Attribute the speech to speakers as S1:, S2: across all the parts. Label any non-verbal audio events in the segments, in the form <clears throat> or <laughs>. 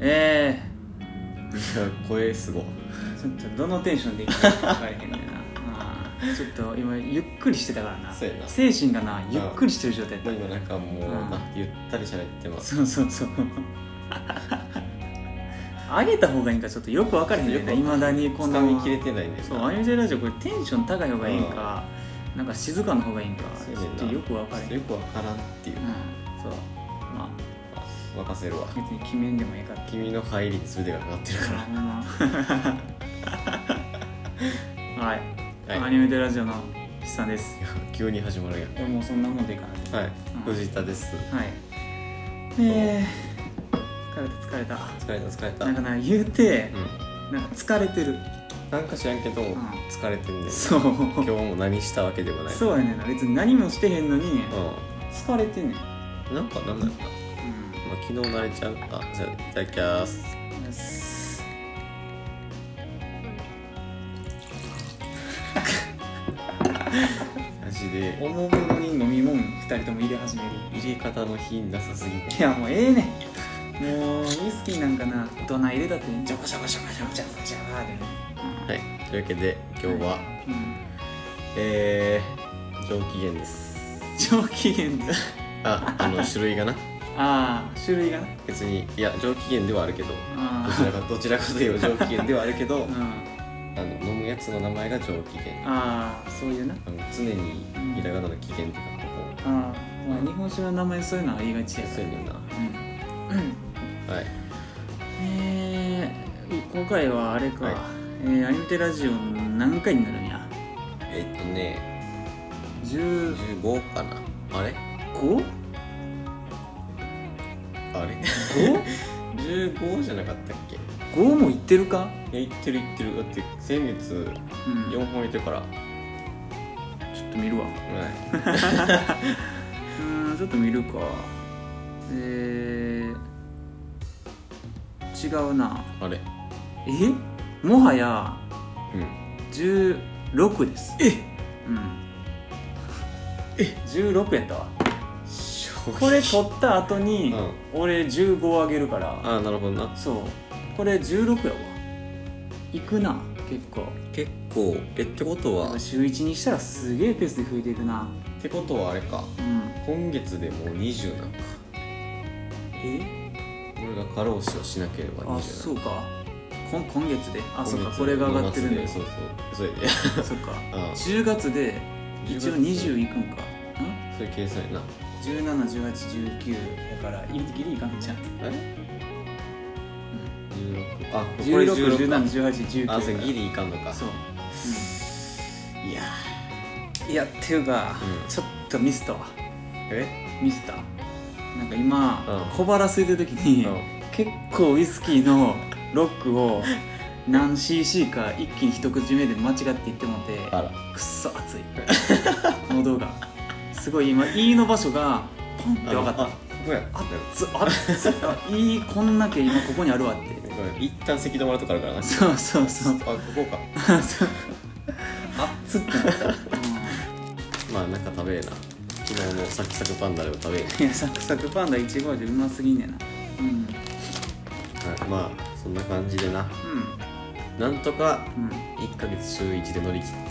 S1: え
S2: <laughs> 声すご
S1: えちょっとどのテンションでいくか分かれへんねんなあーちょっと今ゆっくりしてたからな
S2: そうやな
S1: 精神がなゆっくりしてる状態
S2: も
S1: だ
S2: う
S1: っ
S2: 今なんかもう、
S1: うん
S2: まあゆったり喋ってま
S1: た
S2: す
S1: そうそうそう上げた方がいいんかちょっとよく分かれへんねんないまだにこの
S2: 掴みきれてないねんな
S1: そうアニメテラジオこれテンション高い方がいいんか、なんか静かな方がいいんか
S2: そう
S1: ち
S2: やねんな
S1: ょっとよく分かれへん
S2: ちょっとよくわからんっていう、
S1: うんそうまあ
S2: あ任せるわ
S1: 別に決めんでもえ
S2: <laughs>
S1: えから
S2: 君の入りに全てがかかってるか
S1: ほんま <laughs> はい、
S2: ら
S1: ア
S2: はい
S1: ニメテラジオの筆さんです
S2: <laughs> 急に始まるや
S1: でももうそんなもんでいいかなと
S2: んはい
S1: うん
S2: 藤田です
S1: はいえー、疲れた疲れた
S2: 疲れた疲れた
S1: なんかな言うて
S2: う、ん
S1: なんか疲れてる、
S2: なんか知らんけど、
S1: ん
S2: 疲れてんねん
S1: そう
S2: 今日も何したわけでもない
S1: そうやねんな別に何もしてへんのに疲れてんねん、
S2: うんなんかなんだろうな、ま
S1: うん
S2: あ、昨日慣れちゃうあじゃあいただきます
S1: です。
S2: マジで
S1: おのぼのに飲み物二人とも入れ始める。
S2: 入れ方の品なさすぎて
S1: いやもうええねん。もうウイスキーなんかな、どない入れたってジャバジャバジャバジャバジャバジャバでね。
S2: はいというわけで今日は、
S1: うん。
S2: えー、上機嫌です
S1: 上機嫌だ。
S2: ああの種類がな
S1: ああ、種類がな。
S2: 別にいや上機嫌ではあるけどどち
S1: あ
S2: らかどちらかといえば上機嫌ではあるけ
S1: あ。
S2: ど
S1: うん。
S2: あの飲むやつの名前が上機嫌あ
S1: ああ、そういうな。
S2: の常にひらがなの機嫌って書く
S1: ああ、まあ日本酒の名前そういうのは言いがちや
S2: 方
S1: か
S2: そう
S1: ら
S2: や。ねんなは
S1: うん。うん。
S2: い
S1: えー、今回はあれか。
S2: はい
S1: えー、アニメテラジオ何回になるんや。
S2: えっとね
S1: 十
S2: 15かなあれ
S1: 五？
S2: あれ <laughs> 15じゃなかったっけ
S1: 5?5 もいってるか
S2: いや言ってる言ってるだって先月
S1: うん
S2: 4本いてから、
S1: ちょっと見るわ
S2: は、
S1: うーんちょっと見るかえー、違うない
S2: あれ
S1: えもはや
S2: うん
S1: 16ですえうんえ16やったわこれ取った後に、俺15あげるから
S2: ああなるほどな
S1: そうこれ16やわいくな結構
S2: 結構えってことはっ
S1: 週1にしたらすげえペースで増えていくな
S2: てことはあれか
S1: うん
S2: 今月でもう20なんか
S1: え
S2: 俺が過労死をしなければ20な
S1: あ
S2: んか
S1: そうか今今月であ
S2: 今
S1: そ
S2: 月
S1: っ
S2: で
S1: かこれが上がってるん
S2: 五
S1: で
S2: 月
S1: そ
S2: そううそうそれで <laughs>
S1: か
S2: ああ
S1: 10月で一応
S2: 10
S1: 20いくんか
S2: そういう計算やな
S1: 171819だからギリギリいかんじゃん
S2: あれ16あこれ16かあそうギ
S1: 16171819
S2: リいかんのか
S1: そう、
S2: いや
S1: うんいやっていうか、
S2: うん
S1: ちょっとミスったわ
S2: え
S1: ミスったなんか今、
S2: うん
S1: 小腹空いてる時に、
S2: うん
S1: 結構ウイスキーのロックを何 cc か一気に一口目で間違って言ってもらって
S2: あら
S1: くっそ熱い喉がすごい今「い」の場所がポンって分かった
S2: あごめん
S1: あっつあっつあいいこんだけ今ここにあるわって
S2: ごめん一旦咳止まるとこあるからなあ
S1: そうそうそう
S2: ここか
S1: そうあっつってなった、う
S2: まあなんか食べえな昨日のサクサクパンダでも食べえ
S1: ん、いやサクサクパンダ1号でうますぎんねんなうん
S2: な、はい、まあそんな感じでななんとか
S1: うんうん
S2: 1ヶ月週1で乗り切った、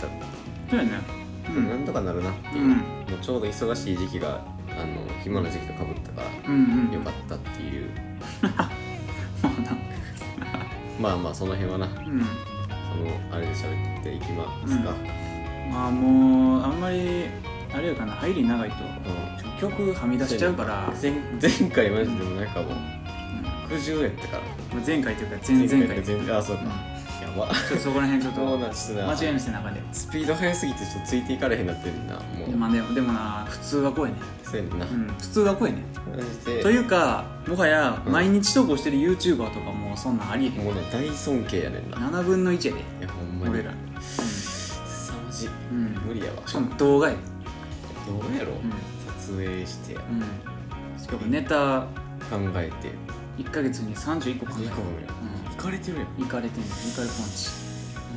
S1: そうやねう
S2: なんんとかなるなってい
S1: う
S2: う,、
S1: ん
S2: もうちょうど忙しい時期があの暇な時期とかぶったか
S1: うんうん
S2: らよかったっていう、
S1: <laughs> まあな
S2: まあまあその辺はな
S1: うん
S2: そのあれで喋っていきますか、
S1: うんまあもうあんまりあれやかな入り長いとちょ曲はみ出しちゃうから、うん
S2: 前前回マジでもなんかもう60やったから
S1: まあ前回というか前々回
S2: 前前回あそうか、やば
S1: ちょっとそこら辺ちょっ
S2: そう
S1: と
S2: なんですな
S1: 間違いの人の中で
S2: スピード速すぎてちょっとついていかれへんなってんなもう
S1: まあでもでもな普通は怖いね、
S2: せんな、
S1: うん、普通は怖いね
S2: マジで
S1: というかもはや
S2: うん
S1: 毎日投稿してる YouTuber とかもそんなんありえへん
S2: もうね大尊敬やねんな
S1: 7分の1やで
S2: いやほんまに
S1: 俺ら
S2: 凄まじい
S1: うん、
S2: 無理やわ
S1: しかも動画や
S2: どうやろ、
S1: ん
S2: 撮影して考
S1: うんしかもネタ
S2: えて
S1: 1ヶ月に31個考える
S2: 2個もや行かれてるやん
S1: うんいかれてんねいかれポンチ
S2: まあま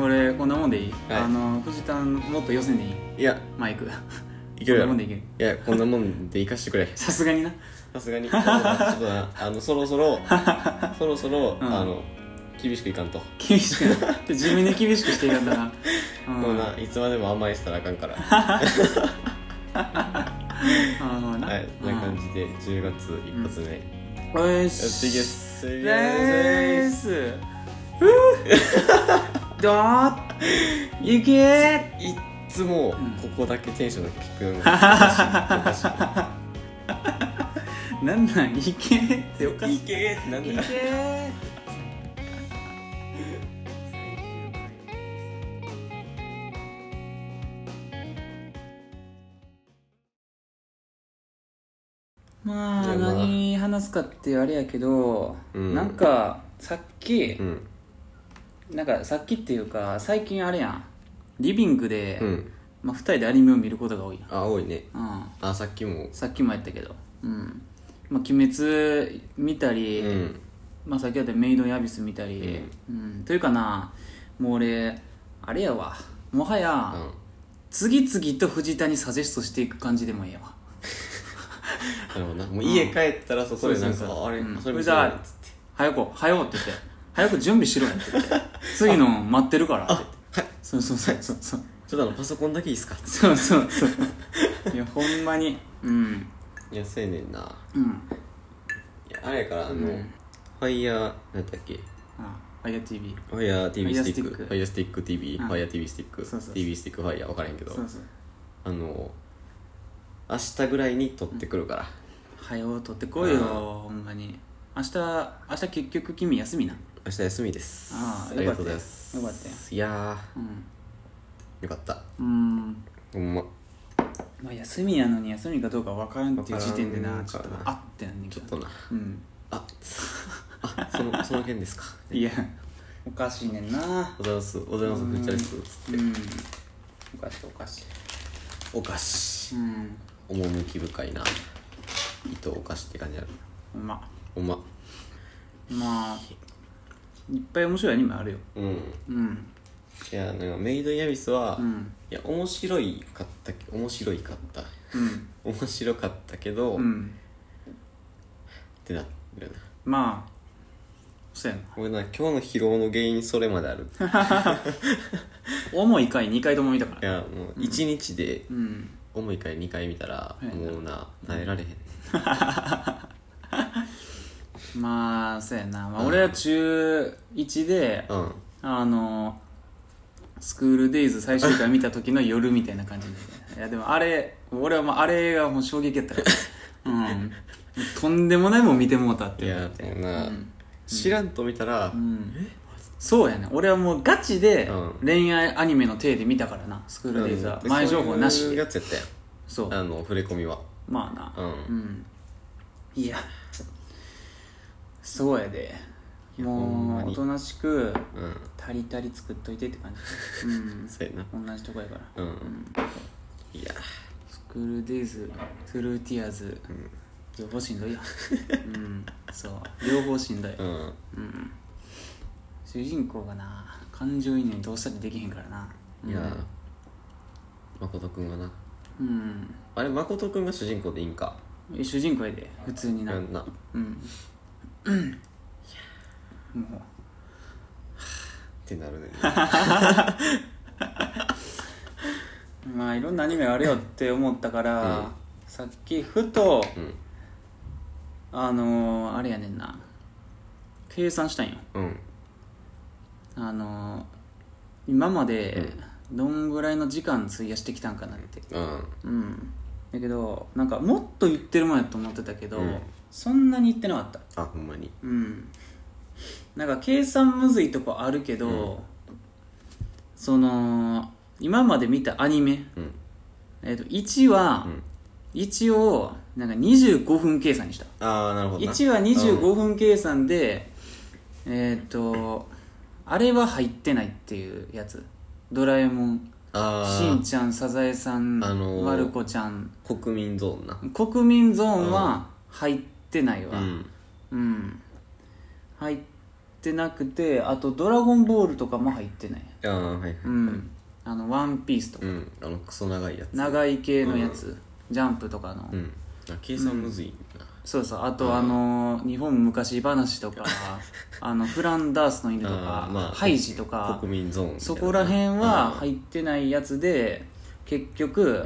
S1: うん、うん、俺こんなもんでいい、
S2: はい
S1: あの藤田もっと寄せんでいい
S2: あいや
S1: マイク <laughs>
S2: いけるや
S1: こ
S2: ろ
S1: んなもん
S2: い
S1: でいける
S2: やこんなもんで生かし
S1: <laughs>
S2: てくれ
S1: さすがにな
S2: さすがにちょっとなあのそろそ
S1: <laughs>
S2: ろそろそろ、
S1: うん
S2: あの厳しくいかんと、
S1: 厳しくな自分で厳しくしていかんだな、うん、
S2: もうないつまでも甘えてたらあか
S1: <laughs>
S2: んから
S1: あのな
S2: はいそんな感
S1: うん
S2: じで10月一発目、やって
S1: おい
S2: いき
S1: し
S2: ます
S1: でーす
S2: <laughs>
S1: ふぅどー行
S2: <laughs>
S1: け
S2: いっつも
S1: ん
S2: ここだけテンションが低
S1: <laughs>
S2: くなるのがおかしいおか
S1: ーなんなん行けーっておか
S2: しい
S1: しい
S2: いけーってなんだ
S1: 行け
S2: よ
S1: ーまあ
S2: いやまあ
S1: 何話すかってあれやけど、
S2: うん
S1: なんかさっき、
S2: うん
S1: なんかさっきっていうか最近あれやんリビングで、
S2: うん
S1: まあ、2人でアニメを見ることが多いや
S2: あ多いね
S1: ん、うん、
S2: あさっきも
S1: さっきもやったけど「うんまあ、鬼滅」見たり、
S2: うん
S1: まあ、さっきだったメイド・イン・アビス見たり、うんというかなもう俺あれやわもはや、
S2: うん
S1: 次々と藤田にサジェストしていく感じでもええわ
S2: なるほどなもう家帰ったらそこでなん
S1: そうそうそう
S2: かあれ
S1: うん
S2: それ見せないっつって
S1: 早こ早うって言って早く準備しろやって言って次の待ってるからって言って
S2: はい
S1: そうそうそうそうそう
S2: ちょっとあのパソコンだけいいっすかっつっ
S1: そうそうそういやほんまにうん
S2: ていやせえねんな
S1: うん
S2: いやあれやからあの
S1: うん
S2: ファイヤーなんだっけ
S1: あ FireTV
S2: ファイヤー TV スティッ
S1: Fire Stick
S2: クファイヤースティック TV
S1: う
S2: フ
S1: ん
S2: ァイヤー TV スティック
S1: そうそう
S2: TV スティックファイヤー分からへんけど
S1: そうそう
S2: あの明日ぐらいに撮ってくるから
S1: 早う取ってこいよほんまに明日明日結局君休みな
S2: 明日休みです
S1: あ
S2: あ
S1: あ
S2: り
S1: よか
S2: がと
S1: っ
S2: うご
S1: た
S2: ざ
S1: よよ
S2: います
S1: かったよ
S2: いや
S1: うん
S2: ーよかった
S1: うん
S2: ほんま
S1: まあ休みやのに休みかどうか分からんっていう時点で
S2: わから
S1: なんち
S2: か
S1: ょっ
S2: らな
S1: とあってなんねんけ
S2: ちょっ
S1: ど
S2: とな
S1: うん
S2: <laughs> ああそのその件ですか
S1: いやおかしいねんな
S2: おざいますおざいます
S1: うん
S2: 藤田ですつって
S1: うんおかしいおかし
S2: お菓子
S1: いうん
S2: 趣深いな糸お菓子って感じある
S1: ほんま
S2: ほんま
S1: まあいっぱい面白いアニメあるよ
S2: うん
S1: うん
S2: いやなんかメイド・イン・アビスは、
S1: うん
S2: いや面白いかったけ面白いかった <laughs>
S1: うん
S2: 面白かったけど、
S1: う
S2: っ
S1: ん
S2: てなってるな
S1: まあそうやな
S2: 俺な今日の疲労の原因それまであ
S1: <laughs>
S2: るい
S1: 重い回2回とも見たから
S2: やもう一日で
S1: うん
S2: 重い回2回見たら、
S1: い
S2: もうな耐えられへん、
S1: まあそうやな、ま
S2: う
S1: あ、
S2: ん
S1: 俺は中1で、
S2: うん
S1: あのスクールデイズ最終回見た時の夜みたいな感じでいやでもあれ俺はもうあれがもう衝撃やった
S2: <laughs>
S1: からうんとんでもないもん見てもうたって
S2: い
S1: 思
S2: や
S1: って
S2: もうな、
S1: うん
S2: 知らんと見たら、
S1: うんそうやね俺はもうガチで
S2: うん
S1: 恋愛アニメの体で見たからなスクールデイズは
S2: うん
S1: 前情報なし
S2: そういう
S1: で
S2: やつやったやん
S1: そう
S2: あの触れ込みは
S1: まあな
S2: うん、
S1: うんいやそうやで
S2: ほん
S1: も
S2: ま
S1: う
S2: に
S1: おとなしく
S2: うん
S1: タリタリ作っといてって感じ
S2: そうやな
S1: うん同じとこやから
S2: うん、いや
S1: スクールデイズトゥルーティアーズ、両方しんど
S2: <laughs>
S1: いやうんそう両方しんどい、
S2: うん
S1: うん、主人公がな感情移入どうしたってできへんからない
S2: や誠くんはな
S1: うん、
S2: あれ誠くんが主人公でいいんか
S1: え主人公やで普通にな
S2: やんな
S1: うん、うん、もう
S2: ってな
S1: <laughs>
S2: るね
S1: まあいろんなアニメあるよって思ったから、
S2: うん
S1: さっきふと
S2: うん
S1: あのー、あれやねんな計算したんよ
S2: うん
S1: あのー、今までどんぐらいの時間費やしてきたんかなって
S2: うん
S1: うんだけどなんかもっと言ってるもんやと思ってたけど、
S2: うん
S1: そんなに言ってなかった
S2: あほんまに
S1: うんなんか計算むずいとこあるけど、
S2: うん
S1: その今まで見たアニメ、
S2: うん
S1: えー、と1は、
S2: うん
S1: 一応なんか25分計算にした
S2: ああなるほどな
S1: 1は25分計算で、えーっ、とあれは入ってないっていうやつ「ドラえもん」「
S2: あ
S1: しん
S2: ー
S1: ちゃん」「サザエさん」
S2: あのー
S1: まる子ちゃん」
S2: 国民ゾーンな
S1: 「国民ゾーン」は入ってないわ
S2: う
S1: うん、
S2: ん
S1: 入ってなくてあと「ドラゴンボール」とかも入ってない
S2: ああはいはい
S1: うんあの「ワンピースとか、
S2: うんあのクソ長いやつ
S1: 長い系のやつ、ジャンプとかの、
S2: うんあ計算むずいな、
S1: そうそうあとあの日本昔話
S2: <laughs>
S1: とかあのフランダースの犬とか
S2: あ、ーまあ
S1: ハイジとか
S2: 国民ゾーンみたいな
S1: そこら辺は入ってないやつで結局、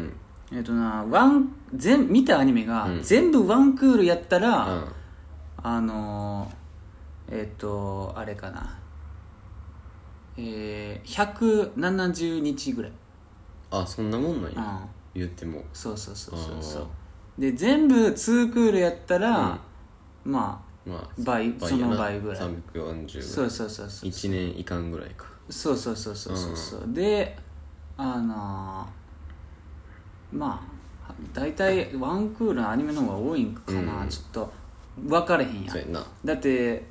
S1: えっとなワン全見たアニメが
S2: うん
S1: 全部ワンクールやった
S2: うん
S1: ら、
S2: うん
S1: あのーえっ、とあれかなえー、170日ぐらい、
S2: あそんなもんなん
S1: う
S2: や
S1: ん、
S2: 言っても
S1: そうそうそうそう
S2: あ
S1: そうで全部2クールやったら、まあ
S2: ーまあ
S1: 倍その倍ぐらい
S2: 340
S1: そうそうそうそう
S2: 1年いかんぐらいか
S1: そうそうそうそうそうそう、であのーまあ大体ワンクールのアニメの方が多いんかな、
S2: うん
S1: ちょっと分かれへんや
S2: そうやんな
S1: だって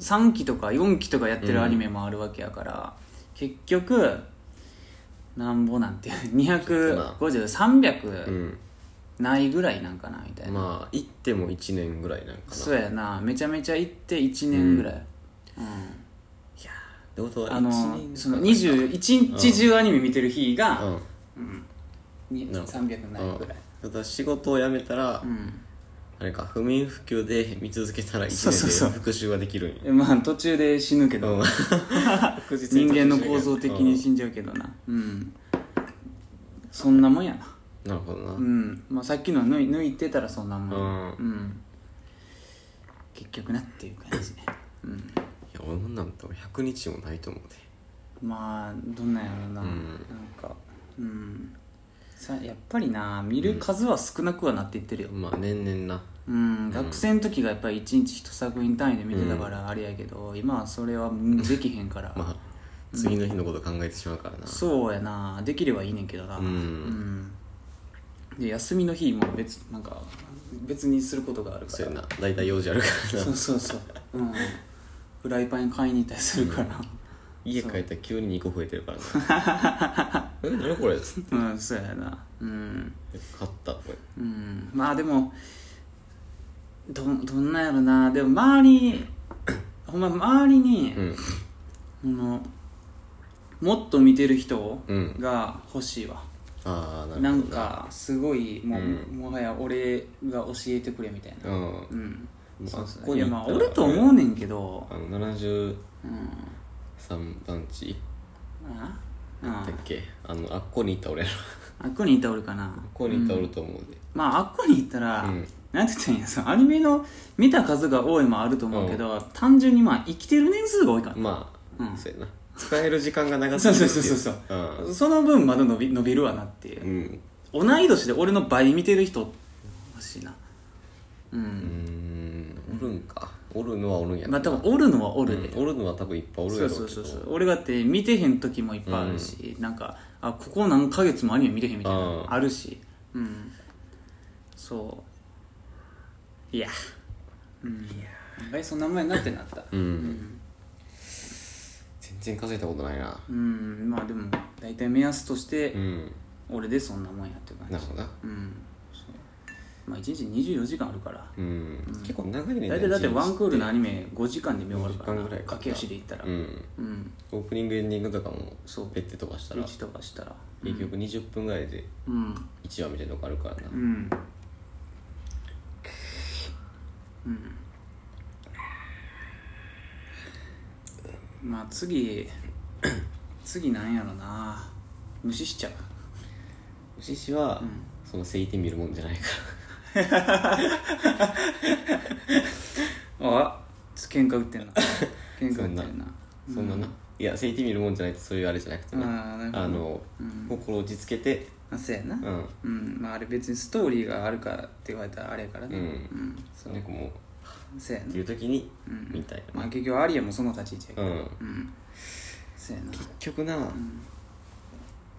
S1: 3期とか4期とかやってるアニメもあるわけやから、結局なんぼなんて
S2: <laughs> う
S1: 250300
S2: ん
S1: ないぐらいなんかなみたいな、
S2: まあ行っても1年ぐらいなんかな
S1: そうやなめちゃめちゃ行って1年ぐらい、うん
S2: ってことは
S1: あ
S2: 1
S1: の
S2: 年
S1: その21日中アニメ見てる日が、
S2: うん
S1: に
S2: なるほど
S1: 300ない
S2: うん
S1: ぐらい、
S2: ただ仕事を辞めたら、
S1: うん
S2: あれか不眠不休で見続けたら
S1: そうそう
S2: 1
S1: そう
S2: 年で復習はできるんや
S1: えまあ途中で死ぬけ <laughs> ど、
S2: うん <laughs>
S1: 人間の構造的に死んじゃうけどなうんそんなもんやな
S2: なるほどな、
S1: うん、まあ、さっきの抜い抜いてたらそんなもん、
S2: うん
S1: うん、結局なっていう感じね、うん、
S2: いや俺もなんと100日もないと思うで
S1: まあどんなんやろうな、な
S2: うん
S1: んかうんさやっぱりな見る数は少なくはなっていってるよ、
S2: まあ年々な
S1: うん、学生の時がやっぱり1日1作品単位で見てたからあれやけど、今はそれはできへんから、
S2: まあ次の日のこと考えてしまうからな、
S1: そうやなできればいいねんけどな
S2: うん
S1: うんで休みの日も別なんか別にすることがあるか
S2: そう
S1: ら
S2: やな大体用事あるからな
S1: <laughs> そうそうそう、うん、フライパン買いに行ったりするから
S2: 家帰ったら急に2個増えてる
S1: <laughs>
S2: からなえ何これ買っ
S1: うん、そうやなうん、
S2: たこれ
S1: うん、まあでもどどんなんやろなでも周りほんま周りに、
S2: うん
S1: あのもっと見てる人
S2: うん
S1: が欲しいわ、
S2: ああなるほど
S1: なんかすごいも,、う
S2: うん
S1: もはや俺が教えてくれみたいな
S2: うん
S1: うん
S2: まあ
S1: そうそ
S2: こ
S1: う
S2: こ
S1: い
S2: に
S1: や
S2: 行っ
S1: ま
S2: たら
S1: あ俺と思うねんけど
S2: あの73
S1: うん
S2: 番地
S1: あ
S2: だ
S1: あ
S2: っけあのあっこにいた
S1: <laughs>
S2: 俺ら
S1: あっこにいた俺かな
S2: あっこにいた
S1: うん
S2: 俺と思うで
S1: まああっこに行ったら、
S2: うん
S1: なんて言ったらいいんやそのアニメの見た数が多いもあると思うけど、単純にまあ生きてる年数が多いから、
S2: まあ、
S1: うん
S2: そうやな使える時間が長すぎるってい
S1: そうそうそう
S2: ううん
S1: その分まだ伸び伸びるわなっていう、
S2: うん
S1: 同い年で俺の倍見てる人欲しいなう
S2: うー
S1: ん、
S2: んおるんかおるのはおるんや
S1: まあ
S2: な
S1: 多分おるのはお
S2: う
S1: るで、
S2: んおるのは多分いっぱいおる
S1: そ
S2: や
S1: う
S2: ろ
S1: そう
S2: け
S1: そう
S2: ど
S1: そう俺だって見てへん時もいっぱいあるし、なんかあここ何ヶ月もアニメ見てへんみたいなの
S2: うん
S1: あるしうんそういやうんいやそんな前になってなった
S2: うん、全然稼いだことないな
S1: うんまあでも大体目安として
S2: うん
S1: 俺でそんなもんやっていう感じ
S2: なるほどな
S1: うんそうまあ1日24時間あるから
S2: うん、結構長いね
S1: 大体だってワンクールのアニメ5時間で見終わるから
S2: 5時間
S1: な
S2: ぐらいかな
S1: 駆け足でいったら
S2: うん
S1: うん
S2: オープニングエンディングとかも
S1: そう
S2: ペッて飛ばしたら
S1: 1とかしたら
S2: 結局20分ぐらいで
S1: うん
S2: 1話みたいなのがあるからな、
S1: うんうんまあ次 <clears throat> 次なんやろな無視しちゃう
S2: 牛氏は、そのせいて見るもんじゃないか
S1: あちょっと喧嘩売ってん
S2: <laughs>
S1: な喧嘩売ってんな
S2: らそんなな、いやせいて見るもんじゃないってそういうあれじゃなくてな
S1: ああなんか
S2: あの、心落ち着けて
S1: あそうやな
S2: う
S1: うん、
S2: ん
S1: まああれ別にストーリーがあるかって言われたらあれやからね
S2: うん
S1: そ
S2: 猫も
S1: うそうや
S2: っ
S1: な
S2: ていう時に、みたい
S1: まあ結局アリアもその立ち位置やけ
S2: な
S1: ど
S2: うん
S1: うんそうやな
S2: 結局な、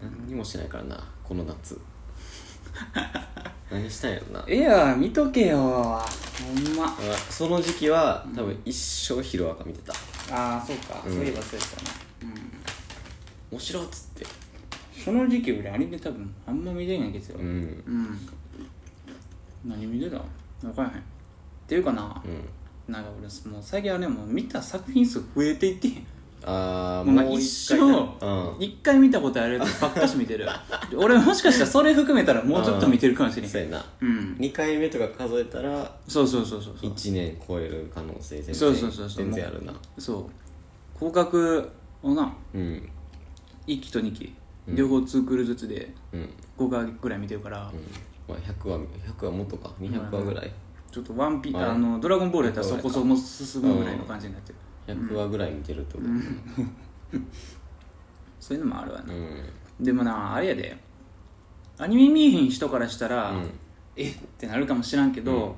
S2: 何にもしないからなこ
S1: <laughs>
S2: の夏何したんやろな
S1: ええやん見とけよほんま
S2: あその時期は多分一生ヒロアカ見てた
S1: ああそうか、
S2: ん
S1: そういえばそうやったな
S2: 面白っつって
S1: その時期俺アニメ多分あんま見てないけど
S2: うんうん
S1: うん何見てた分からへんっていうかな、なんか俺もう最近あれもう見た作品数増えていってへん
S2: あー
S1: もう
S2: もう
S1: 一
S2: 一
S1: 生
S2: 回なうん
S1: 一回見たことあるやつばっかし見てるで俺もしかしたらそれ含めたらもうちょっと見てるかもしれん
S2: そうやな
S1: うん
S2: 2回目とか数えたら
S1: そうそうそうそうそう
S2: 1年超える可能性全然
S1: そうそうそうそう
S2: 全然あるな
S1: そう広角をな
S2: うん
S1: 1期と2期両方2クールずつで
S2: うん
S1: 5回ぐらい見てるから、
S2: まあ、100は100はもっとか200話ぐらい
S1: ちょっとワンピ、
S2: はい
S1: あのドラゴンボールやったらそこそこ進むぐらいの感じになってる、
S2: 100話ぐらい見てるってこと
S1: そういうのもあるわな、
S2: うん
S1: でもなあれやでアニメ見えへん人からしたら、
S2: うん
S1: えってなるかもしらんけど、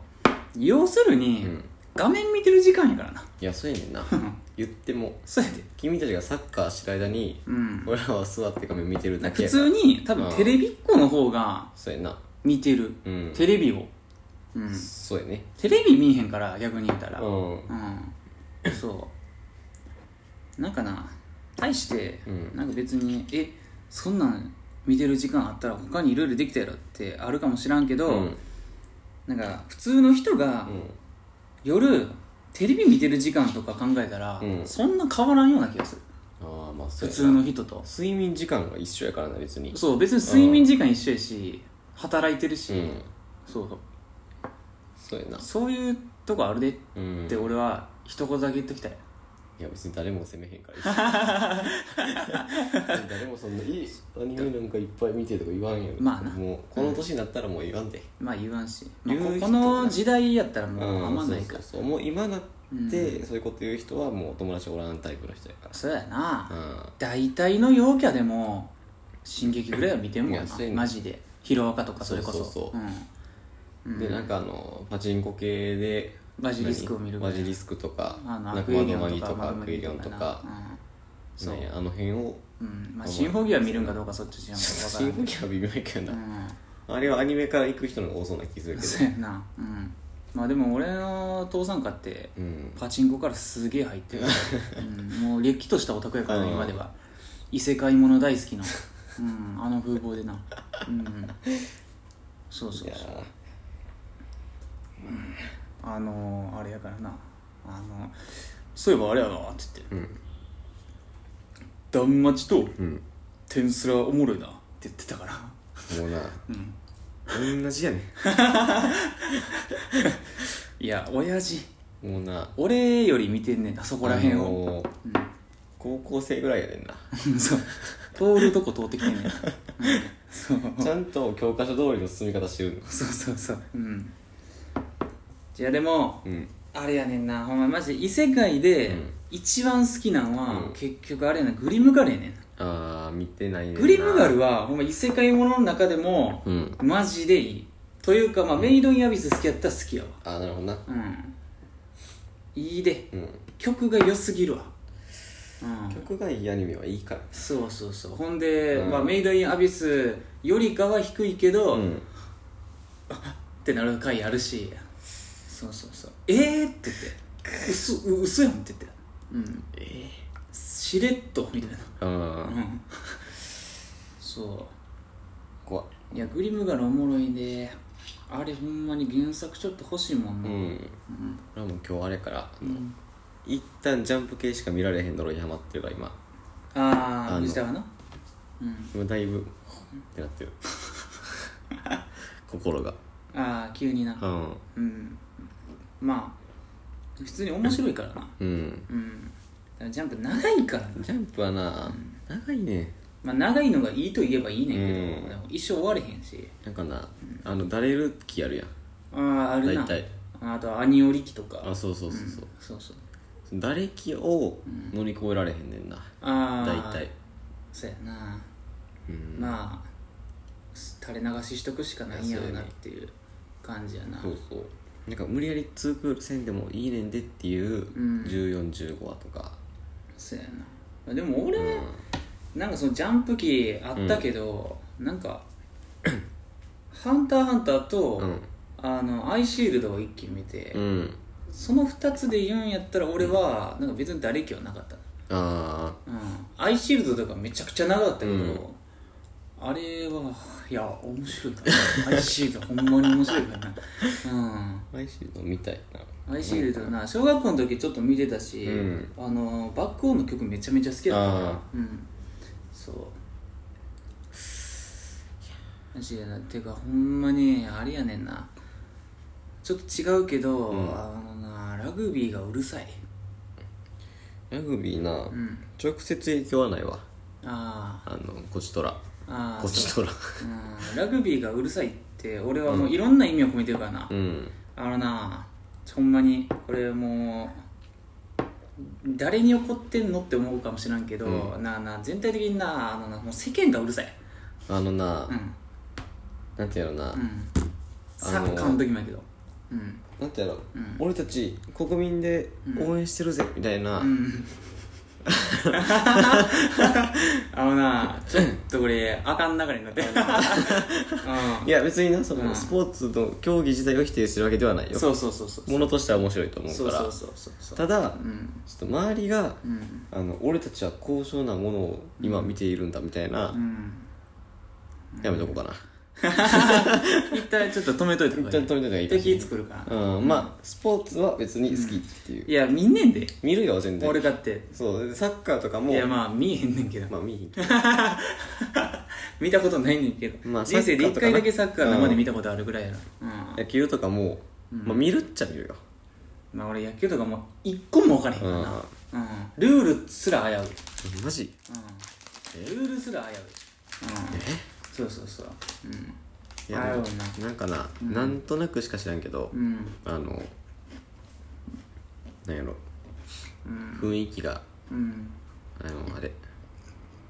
S1: 要するに、
S2: うん
S1: 画面見てる時間やからな
S2: いやそうやねんな言っても
S1: そうやで
S2: 君たちがサッカーしてる間に、
S1: うん
S2: 俺らは座って画面見てるだけ
S1: 普
S2: やから
S1: 通に多分
S2: うん
S1: テレビっ子の方が
S2: そうやな
S1: 見てる、
S2: うん
S1: テレビを、うん、
S2: そうやね
S1: テレビ見えへんから逆に言ったら
S2: う
S1: うんんそうなんかな対して、
S2: うん
S1: なんか別にえそんなん見てる時間あったら他にいろいろできたやろってあるかもしらんけど、
S2: うん
S1: なんか普通の人が夜テレビ見てる時間とか考えたら、
S2: うん
S1: そんな変わらんような気がする
S2: ああまあ
S1: 普
S2: そうや
S1: 通
S2: な
S1: の人と
S2: 睡眠時間が一緒やからな別に
S1: そう別に睡眠時間一緒やし働いてるし、
S2: うん
S1: そうそう
S2: そうやな
S1: そういうとこあるでっ
S2: うん
S1: て俺は一言だけ言っときたい
S2: いや別に誰も責めへんからいい <laughs> 誰もそんないいアニメなんかいっぱい見てとか言わんやろ
S1: まあな
S2: もうこの年になったらもう言わんで、
S1: まあ言わんし、まあ、
S2: 言う
S1: こ
S2: 人
S1: この時代やったら
S2: うん
S1: もうあんまないか
S2: そうそうそうもう今なってそういうこと言う人はもう友達おらんタイプの人やか
S1: そうやな、
S2: らうん
S1: 大体の陽キャでも進撃ぐらいは見てんもん
S2: いや
S1: な
S2: そうやね
S1: マジでヒロアカとかそれこそ
S2: そうそうそ
S1: ん
S2: でなんかあのパチンコ系で
S1: バジリスクを見るぐら
S2: バ
S1: い
S2: ジリスクとか
S1: あの
S2: なん
S1: 悪
S2: か
S1: エ
S2: 窓
S1: リオ
S2: マ
S1: ン
S2: ギ
S1: とか
S2: とか
S1: マグ
S2: 悪
S1: マ
S2: エ
S1: ギ
S2: リオンと
S1: な
S2: か
S1: うん
S2: なんやあの辺を
S1: うんまあ新フォギは見るんかどうかそっち知らん
S2: シン
S1: か
S2: フォギアは微妙やけど
S1: ら
S2: な、
S1: んうん
S2: あれはアニメから行く人の方が多そうな気するけど
S1: そうやなうんまあでも俺の父さんかって
S2: うん
S1: パチンコからすげえ入
S2: <laughs>
S1: ってる、うん、もうれっきとしたオタクやからね
S2: うん
S1: 今では異世界もの大好きな、うん、あの風貌でなうんそう
S2: い
S1: そう
S2: や
S1: そうあのー、あれやからなあのそういえばあれやなって言って
S2: ーうん
S1: 「ダンマチと
S2: うん
S1: 天すらおもろいな」って言ってたから
S2: もうな
S1: うん
S2: 同じやね
S1: いや親父
S2: んもうな
S1: 俺より見てんねんなそこら辺
S2: あ
S1: を、
S2: のー高校生ぐらいやねんな
S1: <laughs> そう通るとこ通ってきてんねん、うん、そう
S2: ちゃんと教科書通りの進み方してるの
S1: そうそうそううんじゃあでも
S2: うん
S1: あれやねんなほんまマジで異世界で
S2: うん
S1: 一番好きなんは、
S2: うん
S1: 結局あれやなグリムガルやねんな
S2: ああ見てないねんな
S1: グリムガルはほんま異世界ものの中でも、
S2: うん
S1: マジでいいというか、まあ、メイド・イン・アビス好きやったら好きやわ
S2: ああなるほどな
S1: うんいいで
S2: うん
S1: 曲が良すぎるわうん
S2: 曲がいいアニメはいいから
S1: そうそうそうほんで、
S2: うん
S1: まあ、メイド・イン・アビスよりかは低いけど、
S2: うん
S1: ってなる回あるしそうそうそうえー、って言って嘘う嘘やんって言ってうんえー、しれっとみたいな
S2: あ
S1: う
S2: あ
S1: んそ
S2: 怖っ
S1: ういやグリムガルおもろいんであれほんまに原作ちょっと欲しいもん
S2: う
S1: な、
S2: ん俺はもう今日あれから、一旦ジャンプ系しか見られへんドロにハマってるから今
S1: あ
S2: あ
S1: あ
S2: の
S1: 藤田はなうん
S2: 今だいぶってなって
S1: <laughs>
S2: る心が
S1: ああ急にな
S2: うん
S1: うんまあ普通に面白いからな
S2: うん
S1: うんだからジャンプ長いからな
S2: ジャンプはな、長いね
S1: まあ長いのがいいと言えばいいねんけど、
S2: うん
S1: でも一生終われへんし
S2: なんかな、あのだれる気あるやん
S1: あああるな
S2: 大体
S1: あとはアニオリキとか
S2: あそうそうそうそう、
S1: そうそう
S2: だれ気を乗り越えられへんねんな、
S1: ああ
S2: 大体
S1: そうやな
S2: うん
S1: まあ垂れ流ししとくしかないんやろなっていう感じやな
S2: そうそうなんか無理やりツークールせんでもいいねんでっていう
S1: うん
S2: 1415話とか、
S1: そうやなでも俺、
S2: うん
S1: なんかそのジャンプ期あったけど、なんか <clears throat> 「ハンターハンターと」
S2: うん
S1: あのアイシールドを一気に見て、
S2: うん
S1: その2つで言うんやったら俺はなんか別に打撃はなかったな
S2: ああ
S1: うんアイシールドとかめちゃくちゃ長かったけど、
S2: うん
S1: あれはいや面白いからなアイシールドほんまに面白いからなうん
S2: アイシールド見たいな
S1: アイシールドな小学校の時ちょっと見てたし、
S2: うん
S1: あのバックオンの曲めちゃめちゃ好きだったから
S2: あ
S1: うんそうマジでなてかほんまにあれやねんなちょっと違うけど、
S2: うん
S1: あのなラグビーがうるさい
S2: ラグビーな、
S1: うん
S2: 直接影響はないわ
S1: あ
S2: あのこちとら
S1: あああ
S2: こちとら
S1: そううんラグビーがうるさいって俺はもういろんな意味を込めてるからな、
S2: うん
S1: あのなほんまにこれもう誰に怒ってんのって思うかもしらんけど、
S2: う
S1: なあなあ全体的になあのなもう世間がうるさい
S2: あのな、
S1: うん
S2: なんていうのな、
S1: うん
S2: あの
S1: サッカーの時もやけどうん
S2: なんていうの、
S1: うん
S2: 俺たち国民で応援してるぜ、みたいな、
S1: うん <laughs> あのなちょっとこれあかん流れになってる
S2: いや別になその、
S1: うん
S2: スポーツの競技自体を否定するわけではない
S1: うん
S2: よ
S1: そうそうそうそう
S2: ものとしては面白いと思うか
S1: そう
S2: ら
S1: そうそうそうそう
S2: ただ、
S1: うん
S2: ちょっと周りが、
S1: うん
S2: あの俺たちは高尚なものを今見ているんだみたいな、
S1: うん
S2: やめとこうかな、
S1: 一旦ちょっと止めといた方がいい
S2: 一旦止めといた方がいいかもしれ
S1: 敵
S2: ない
S1: 作るから
S2: うんまあスポーツは別に好きっていう、
S1: いや見んねんで
S2: 見るよ全然
S1: 俺だって
S2: そうでサッカーとかも
S1: いやまあ見えへんねんけど、
S2: まあ見えへんけど
S1: 見たことないねんけど、
S2: まあ
S1: 人生で
S2: サッ
S1: 一
S2: カーとかな
S1: 回だけサッカー生で見たことあるぐらいやろ、うん
S2: 野球とかも、まあ見るっちゃ見るよ
S1: まあ俺野球とかもう一個も分からへんからな、うんルールすら危うい、
S2: マジ
S1: うん、ルールすら危うい、うん、そうそうそう
S2: い
S1: あ
S2: や
S1: るよ
S2: なんかな、なんとなくしか知らんけど、
S1: うんうん
S2: あのなんやろ、雰囲気が
S1: うん
S2: あのあれ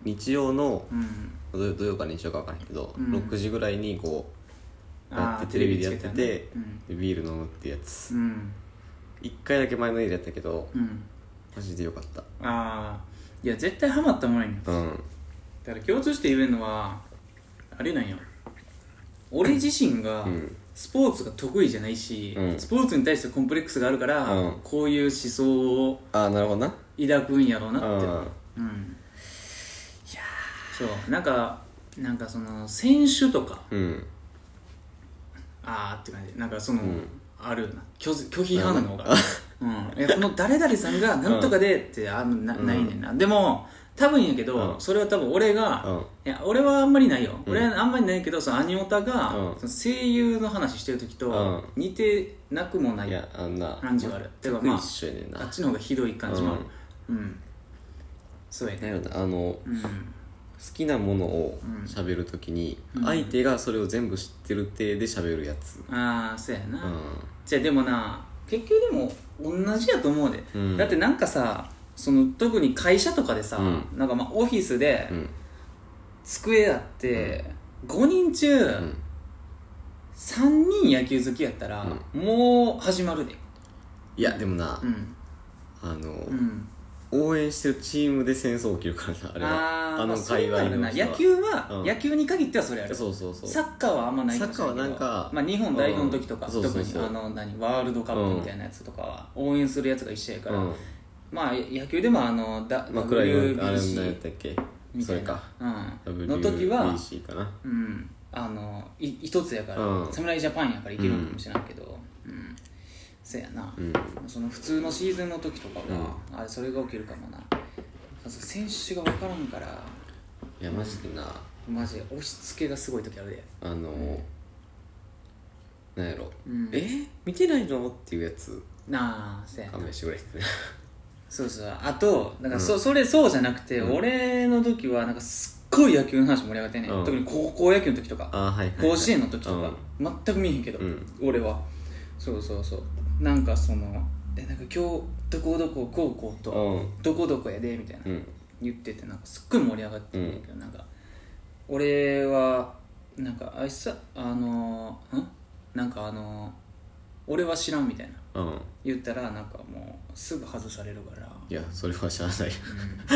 S2: 日曜の
S1: うん
S2: 土土曜か日曜か分からんけど、6時ぐらいにこう
S1: あ
S2: やって
S1: ー
S2: テレビでやって
S1: テ
S2: て
S1: レビつけたね
S2: でビール飲むってやつ
S1: うん
S2: 一回だけ前の家でやったけど
S1: うん
S2: マジでよかった
S1: ああいや絶対ハマったもんやねん
S2: うん
S1: だから共通して言えるのはあれなんよ俺自身が
S2: うん
S1: スポーツが得意じゃないし、
S2: うん
S1: スポーツに対してコンプレックスがあるから、
S2: うん
S1: こういう思想を
S2: ああなるほどな
S1: 抱くんやろうなって
S2: あ
S1: うんいやそうなんかなんかその選手とか
S2: うん
S1: あーって感じなんかその、
S2: ん
S1: あるよな拒拒否反応が、うん、いやこの誰々さんがなんとかでってあんなないねんな、でも多分やけど、
S2: うん
S1: それは多分俺が、
S2: うん
S1: いや俺はあんまりないよ、
S2: うん
S1: 俺はあんまりないけどそのアニオタが、
S2: うん
S1: その声優の話してる時
S2: う
S1: と
S2: ん
S1: 似てなくもないい
S2: やあんな
S1: 感じはあるてか
S2: 全
S1: ま
S2: く一緒やねん
S1: ああっ
S2: な
S1: ちの方がひどい感じもあるうん、そうや
S2: な
S1: ね
S2: んやろなあの
S1: うん
S2: 好きなものを喋るときに
S1: うん
S2: 相手がそれを全部知ってる体で喋るやつ
S1: ああそうやな、
S2: う
S1: じゃあでもな結局でも同じやと思うで、
S2: うん
S1: だってなんかさその特に会社とかでさ、
S2: う
S1: なんかまあオフィスで
S2: んうん
S1: 机あって、5人中、
S2: うん
S1: 3人野球好きやったら、もう始まるで
S2: いやでもな
S1: うん
S2: あの
S1: うん
S2: 応援してるチームで戦争起きるからなあれは
S1: ー
S2: あ
S1: ま
S2: の
S1: それ
S2: 界
S1: は
S2: 隈
S1: ある
S2: の
S1: な
S2: 人は
S1: 野球は、
S2: うん
S1: 野球に限ってはそれある
S2: そうそうそう
S1: サッカーはあんまないかもしれ
S2: サッカーは
S1: けど
S2: なんか
S1: まあ、日本代表の時とか、
S2: うんそうそうそう
S1: 特にあの何ワールドカップみたいなやつとかは、応援するやつが一緒やから、
S2: うん
S1: まあ野球でもあのだ
S2: まあ暗いのあれなんや
S1: WBC
S2: ったっけ
S1: み
S2: そ
S1: た
S2: れ
S1: い
S2: か
S1: な、うん、の時は、
S2: WBC かな
S1: うん、あのい一つやから、
S2: うん
S1: 侍ジャパンやからいけるんかもしれないけど、うんせやな、
S2: うん
S1: その普通のシーズンの時とかは、あれそれが起きるかもな選手が分からんから
S2: いやマジでな
S1: マジで押し付けがすごい時あるで
S2: あのなんやろ
S1: うん
S2: え見てないのっていうやつ
S1: なあせやな
S2: 勘
S1: <laughs>
S2: 弁してくれって
S1: そうそうあとなんかそ,、それそうじゃなくて、俺の時はなんかすっごい野球の話盛り上がってんね、
S2: うん
S1: 特に高校野球の時とか
S2: あーはいはいはい
S1: 甲子園の時とか、全く見えへんけど、
S2: うん
S1: 俺はそうそうそうなんかそのえなんか今日どこどこ高校
S2: う
S1: と
S2: ん
S1: どこどこやでみたいな、
S2: うん
S1: 言っててなんかすっごい盛り上がってんだけど、なんか俺はなんかあいつさあのーんなんかあのー俺は知らんみたいな
S2: うん
S1: 言ったらなんかもうすぐ外されるから
S2: いやそれはしゃあない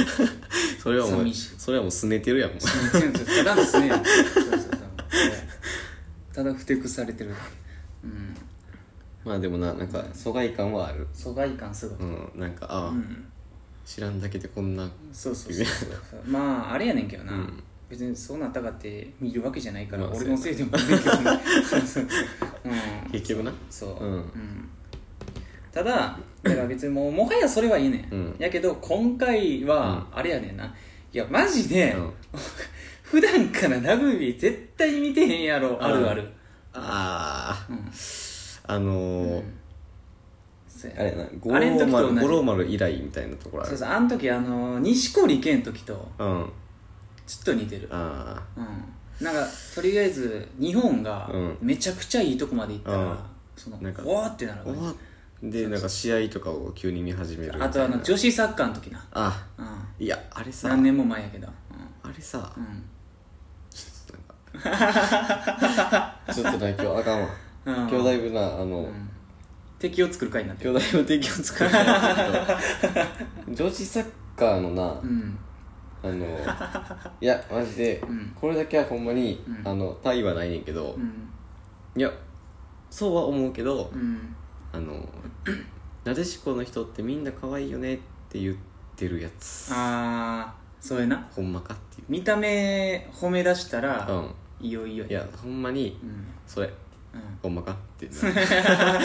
S2: <laughs> それはもう
S1: 寂し
S2: それはもうすねてるやんもう
S1: 全然ただですねそうそうそうただふてくされてるうん
S2: まあでもななんか疎外感はある
S1: 疎外感すごい、
S2: うんなんかああ、
S1: うん
S2: 知らんだけでこんな
S1: そうそうそうそうまああれやねんけどな、
S2: うん
S1: 別にそうなったかって見るわけじゃないから、
S2: まあ
S1: 俺のせいでもないけどねそうそうそううん
S2: 結局な
S1: そう、
S2: うん
S1: うんたただだから別にもうもはやそれはいいねん、
S2: うん
S1: やけど今回はあれやねんな、いやマジで、
S2: うん
S1: <laughs> 普段からラグビー絶対見てへんやろ、あるある
S2: ああ
S1: うん
S2: あのー
S1: そうや
S2: あれやな五
S1: あれん
S2: 郎
S1: 時と同
S2: 丸
S1: じ
S2: 五郎丸以来みたいなところあ
S1: そう
S2: る
S1: そうあの時あの錦織圭の時と
S2: うん
S1: ちょっと似てる
S2: あ
S1: うんなんかとりあえず日本が
S2: うん
S1: めちゃくちゃいいとこまで行ったら、
S2: うん
S1: その
S2: なんか
S1: おーってなる
S2: あ
S1: わけ
S2: 終わでなんか試合とかを急に見始めるみたいな
S1: あとあの女子サッカーの時な、
S2: あ
S1: うん、
S2: いやあれさ
S1: 何年も前やけど、
S2: あれさ
S1: うんうん、
S2: ちょっ
S1: <laughs>
S2: となんかちょっとな今日あかんわ
S1: うん
S2: 今日だいぶなあの、
S1: 敵を作る会 <laughs> になってる
S2: 今日だいぶ敵を作るからちょっと女子サッカーのな、
S1: うん
S2: あのいやマジで、
S1: ん
S2: これだけはほんまに、
S1: うん
S2: あの対はないねんけど、
S1: うん
S2: いやそうは思うけど、
S1: うん
S2: あの <clears throat> なでしこの人ってみんな可愛いよねって言ってるやつ
S1: ああそうやな
S2: ほんまかっていう
S1: 見た目褒め出したら、
S2: うん
S1: いよいよ
S2: いやほんまに
S1: うん
S2: それ
S1: うん
S2: ほんまかっ
S1: <laughs>
S2: てなる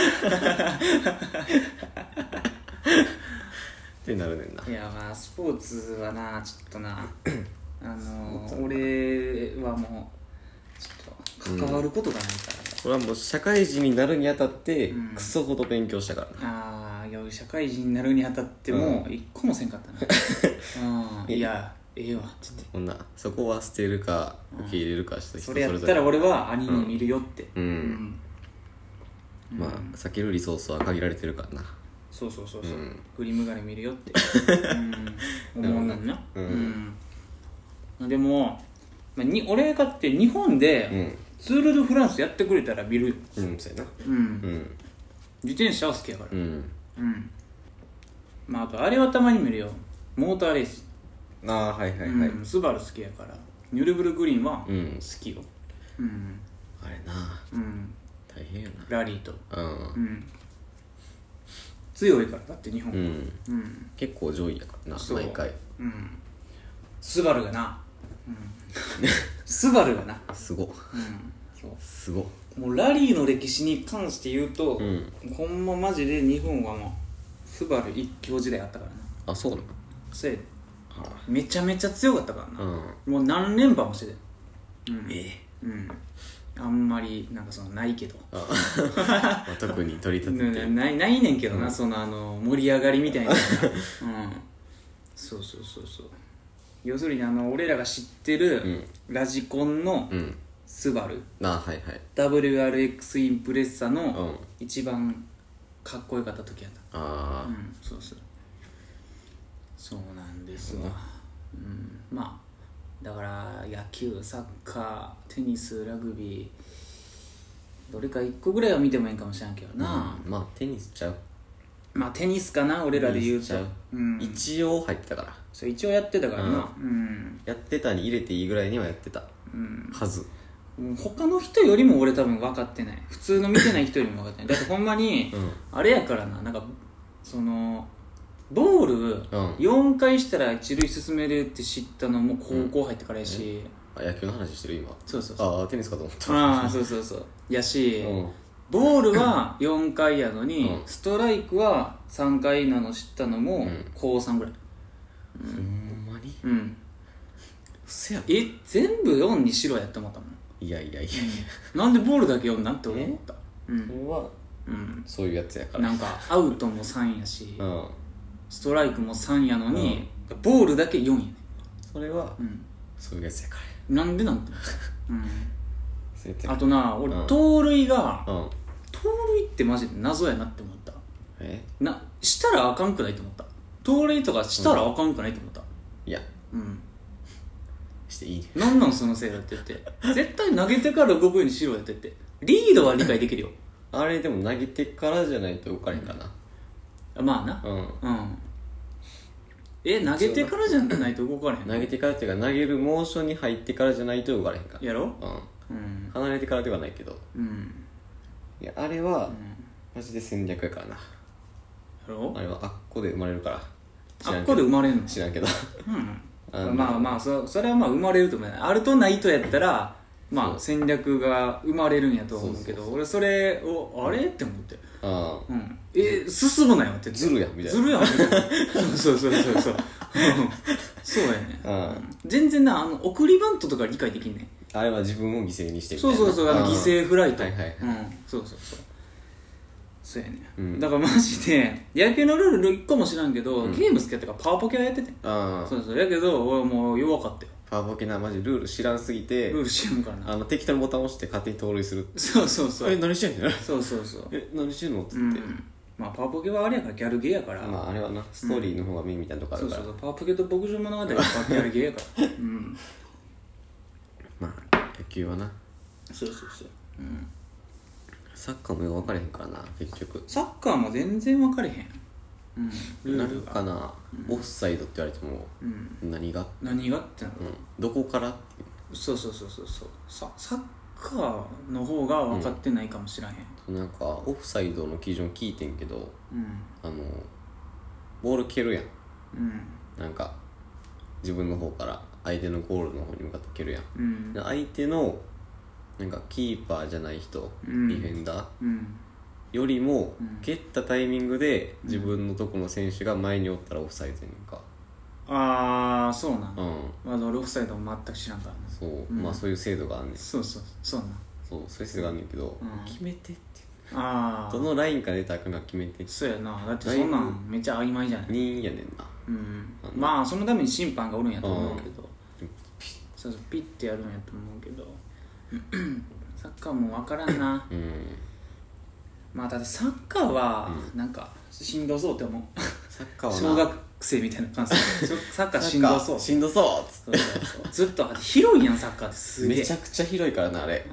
S2: ってなるねんない
S1: やまあスポーツはなちょっと
S2: <clears throat>
S1: なあの
S2: スポーツはな
S1: 俺はもうちょっと関わることがないから、
S2: これはもう社会人になるにあたって、
S1: うん
S2: クソほど勉強したからな
S1: ああいや俺社会人になるにあたっても一個もせんかった
S2: <laughs>
S1: な、うん、いやええわちょっ
S2: こんなそこは捨てるか受け入れるかした
S1: と
S2: 人
S1: そ
S2: そ
S1: れ
S2: れ
S1: や
S2: ぞれ
S1: ったら俺はアニメ見るよって
S2: うん
S1: うん
S2: まあ避けるリソースは限られてるからな
S1: そうそうそうそう、
S2: うん
S1: グリムガネ見るよって、
S2: <laughs>
S1: うん、思うねんな、
S2: うん
S1: うんでも、まあ、に俺がって日本で、
S2: うん
S1: ツール・ド・フランスやってくれたら見るよ、
S2: うんそうやな
S1: うん
S2: うん
S1: 自転車は好きやから
S2: うん
S1: うん、まああとあれはたまに見るよモーターレース、
S2: ああはいはいはい、
S1: うん、スバル好きやからニュルブルグリーンは
S2: うん
S1: 好きようん、
S2: あれな
S1: うん、
S2: 大変や
S1: ラリーと
S2: な
S1: う
S2: うん
S1: 強いからだって日本
S2: ん、うん、
S1: うん
S2: 結構上位やからな
S1: そう
S2: 毎回
S1: うんスバルがな、うん、 <laughs> スバルがな、
S2: すご
S1: うん、そ
S2: すご
S1: うもうラリーの歴史に関して言うと、
S2: うん
S1: ほんまマジで日本はもうスバル一強時代あったからな
S2: あそうなの
S1: それ
S2: あ
S1: めちゃめちゃ強かったから
S2: あう
S1: な、
S2: ん
S1: もう何連覇もしてたよ
S2: ええ
S1: うん、うん、あんまりなんかそのないけど
S2: <laughs> あまあ特に取り立てて
S1: なないないねんけどな、
S2: うん
S1: そのあの盛り上がりみた
S2: <laughs>
S1: いな、うん、そうそうそうそう要するにあの俺らが知ってるラジコンの
S2: うん
S1: スバル、
S2: ああはいはい
S1: WRX インプレッサ
S2: う
S1: の
S2: ん
S1: 一番かっこよかった時やった
S2: ああ、
S1: うんそうそうそうなんですわ、うん、まあだから野球サッカーテニスラグビーどれか一個ぐらいは見てもいいんかもしれんけどな、
S2: うんまあテニスちゃう
S1: まあテニスかな俺らで言う
S2: テニスち
S1: と
S2: ゃう
S1: うん
S2: 一応入ってたから
S1: そう一応やってたからなうん、
S2: やってたに入れていいぐらいにはやってた
S1: うん
S2: はず
S1: うん、他の人よりも俺多分分かってない普通の見てない人よりも分かってないだってほんまに、
S2: うん
S1: あれやからななんかそのボー
S2: ん
S1: ル4回したら一塁進めるって知ったのも高校入ってからやし、
S2: あ野球の話してる今
S1: そうそうそう
S2: ああテニスかと思った
S1: ああそうそうそうやし、
S2: うん
S1: ボールは4回やのに、
S2: うん
S1: ストライクは3回なの知ったのも
S2: ん
S1: 高3ぐらい
S2: ほんまに
S1: うん
S2: せやろ
S1: え全部4にしろやって思ったもん
S2: いやいやいや
S1: なんでボールだけ4なんて俺思ったうん
S2: それは
S1: うん
S2: そういうやつやから
S1: なんかアウトも3やし
S2: うん
S1: ストライクも3やのに、ボールだけ4やね
S2: それは
S1: うん
S2: そういうやつやから
S1: なんでなんて思った
S2: そういうや
S1: う
S2: つや <laughs>
S1: ん、あ
S2: か
S1: とな俺、
S2: うん
S1: 盗塁が
S2: らうん
S1: 盗塁ってマジで謎やなって思った
S2: え
S1: なしたらあかんくないと思った盗塁とかしたらあかんくないと思った
S2: いや
S1: うん、
S2: していいね
S1: なんなんそのせいだって言って絶対投げてから動くようにしろやって言ってリードは理解できるよ
S2: あれでも投げてからじゃないと動かれへんかな
S1: まあな
S2: うん
S1: うんえ投げてからじゃないと動かれへん
S2: 投げてからっていうか投げるモーションに入ってからじゃないと動かれへんか
S1: やろ
S2: らうん
S1: うん
S2: 離れてからではないけど
S1: うん
S2: いやあれは
S1: うん
S2: マジで戦略やからな
S1: やろ
S2: あれはあっこで生まれるから知
S1: あ
S2: ら
S1: っ
S2: んけ
S1: こ
S2: ど
S1: で生まれんの
S2: 知らんけど <laughs>
S1: うん
S2: あの
S1: まあまあそそれはまあ生まれると思うあるとないとやったらま
S2: そ
S1: あ
S2: う
S1: 戦略が生まれるんやとは思うけど
S2: そうそうそう
S1: 俺それをあれって思って、
S2: あ
S1: うん、え進むなよって
S2: ずるやんみたいな
S1: ずる
S2: <laughs>
S1: やんみたいなそうそうそうそうそううんそうやね
S2: あ
S1: 全然なあの送りバントとか理解できんねん
S2: あれは自分を犠牲にしてみた
S1: そ
S2: い
S1: う
S2: な
S1: そうそうあの犠牲フライト、
S2: はいはいはい
S1: うん、そうそうそうそうやね、
S2: うん
S1: だからマジで野球のルール1個も知らんけど、
S2: うん
S1: ゲーム好きやったからパワポケはやっててん
S2: ああ
S1: そうそうやけど俺もう弱かったよ
S2: パワーボケなマジルール知らんすぎて
S1: ルール知らんからな
S2: あの適当にボタン押して勝手に盗塁する
S1: そうそうそう
S2: え何してんの <laughs>
S1: そうそうそう
S2: え何してんのっつ
S1: う
S2: っ
S1: ん
S2: て、
S1: まあパワポケはあれやからギャルゲーやから、
S2: まああれはなストーリーの方がメインみたいなとこあ
S1: そ
S2: る
S1: う
S2: か
S1: そ
S2: ら、
S1: うそうパワポケと牧場物語はギャルゲーや
S2: <laughs>
S1: からうん
S2: まあ野球はな
S1: そうそうそう、うん、
S2: サッカーもよく分かれへんからな結局
S1: サッカーも全然分かれへん、うん、ル
S2: な
S1: ー
S2: る
S1: ルが
S2: かな、オフサイドって言われても
S1: うん、
S2: 何が、
S1: 何がってなる
S2: うん、どこからっていう
S1: そうそうそうそうそうササッカーの方が分かってないかもしらへん、
S2: なんかオフサイドの基準聞いてんけど
S1: うん
S2: あのボール蹴るやん
S1: うん
S2: なんか自分の方から相手のゴールの方に向かって蹴るやん
S1: うん
S2: で相手のなんかキーパーじゃない人、
S1: うん
S2: ディフェンダー
S1: うん
S2: よりも、
S1: うん
S2: 蹴ったタイミングで自分のとこの選手が前におったらオフサイドやねんか
S1: ああそうなん、
S2: うん
S1: まだ俺オフサイドも全く知らんからな
S2: そう、
S1: ん
S2: まあそういう制度があんねん
S1: そうそうそうなん
S2: そうそういう制度があんねんけど、
S1: うん
S2: 決めてって
S1: あ
S2: ど
S1: あ
S2: のラインから出たかが決めて
S1: そうやなだってそんなんめっちゃ曖昧じゃない、
S2: 2やねんな
S1: うん、まあそのために審判がおるんやと思うけど、
S2: うん
S1: そうそうピッてやるんやと思うけど <clears throat> サッカーも分からんな
S2: うん
S1: まあただサッカーはなんかしんどそうって思う
S2: サッカーはな
S1: 小学生みたいな
S2: <laughs>
S1: 感じサッカーしん
S2: サッ
S1: ど
S2: カー
S1: そう
S2: しんどそうっつっ
S1: そうそうそうずっと広いやんサッカーって
S2: て
S1: すげえ
S2: めちゃくちゃ広いからなあれ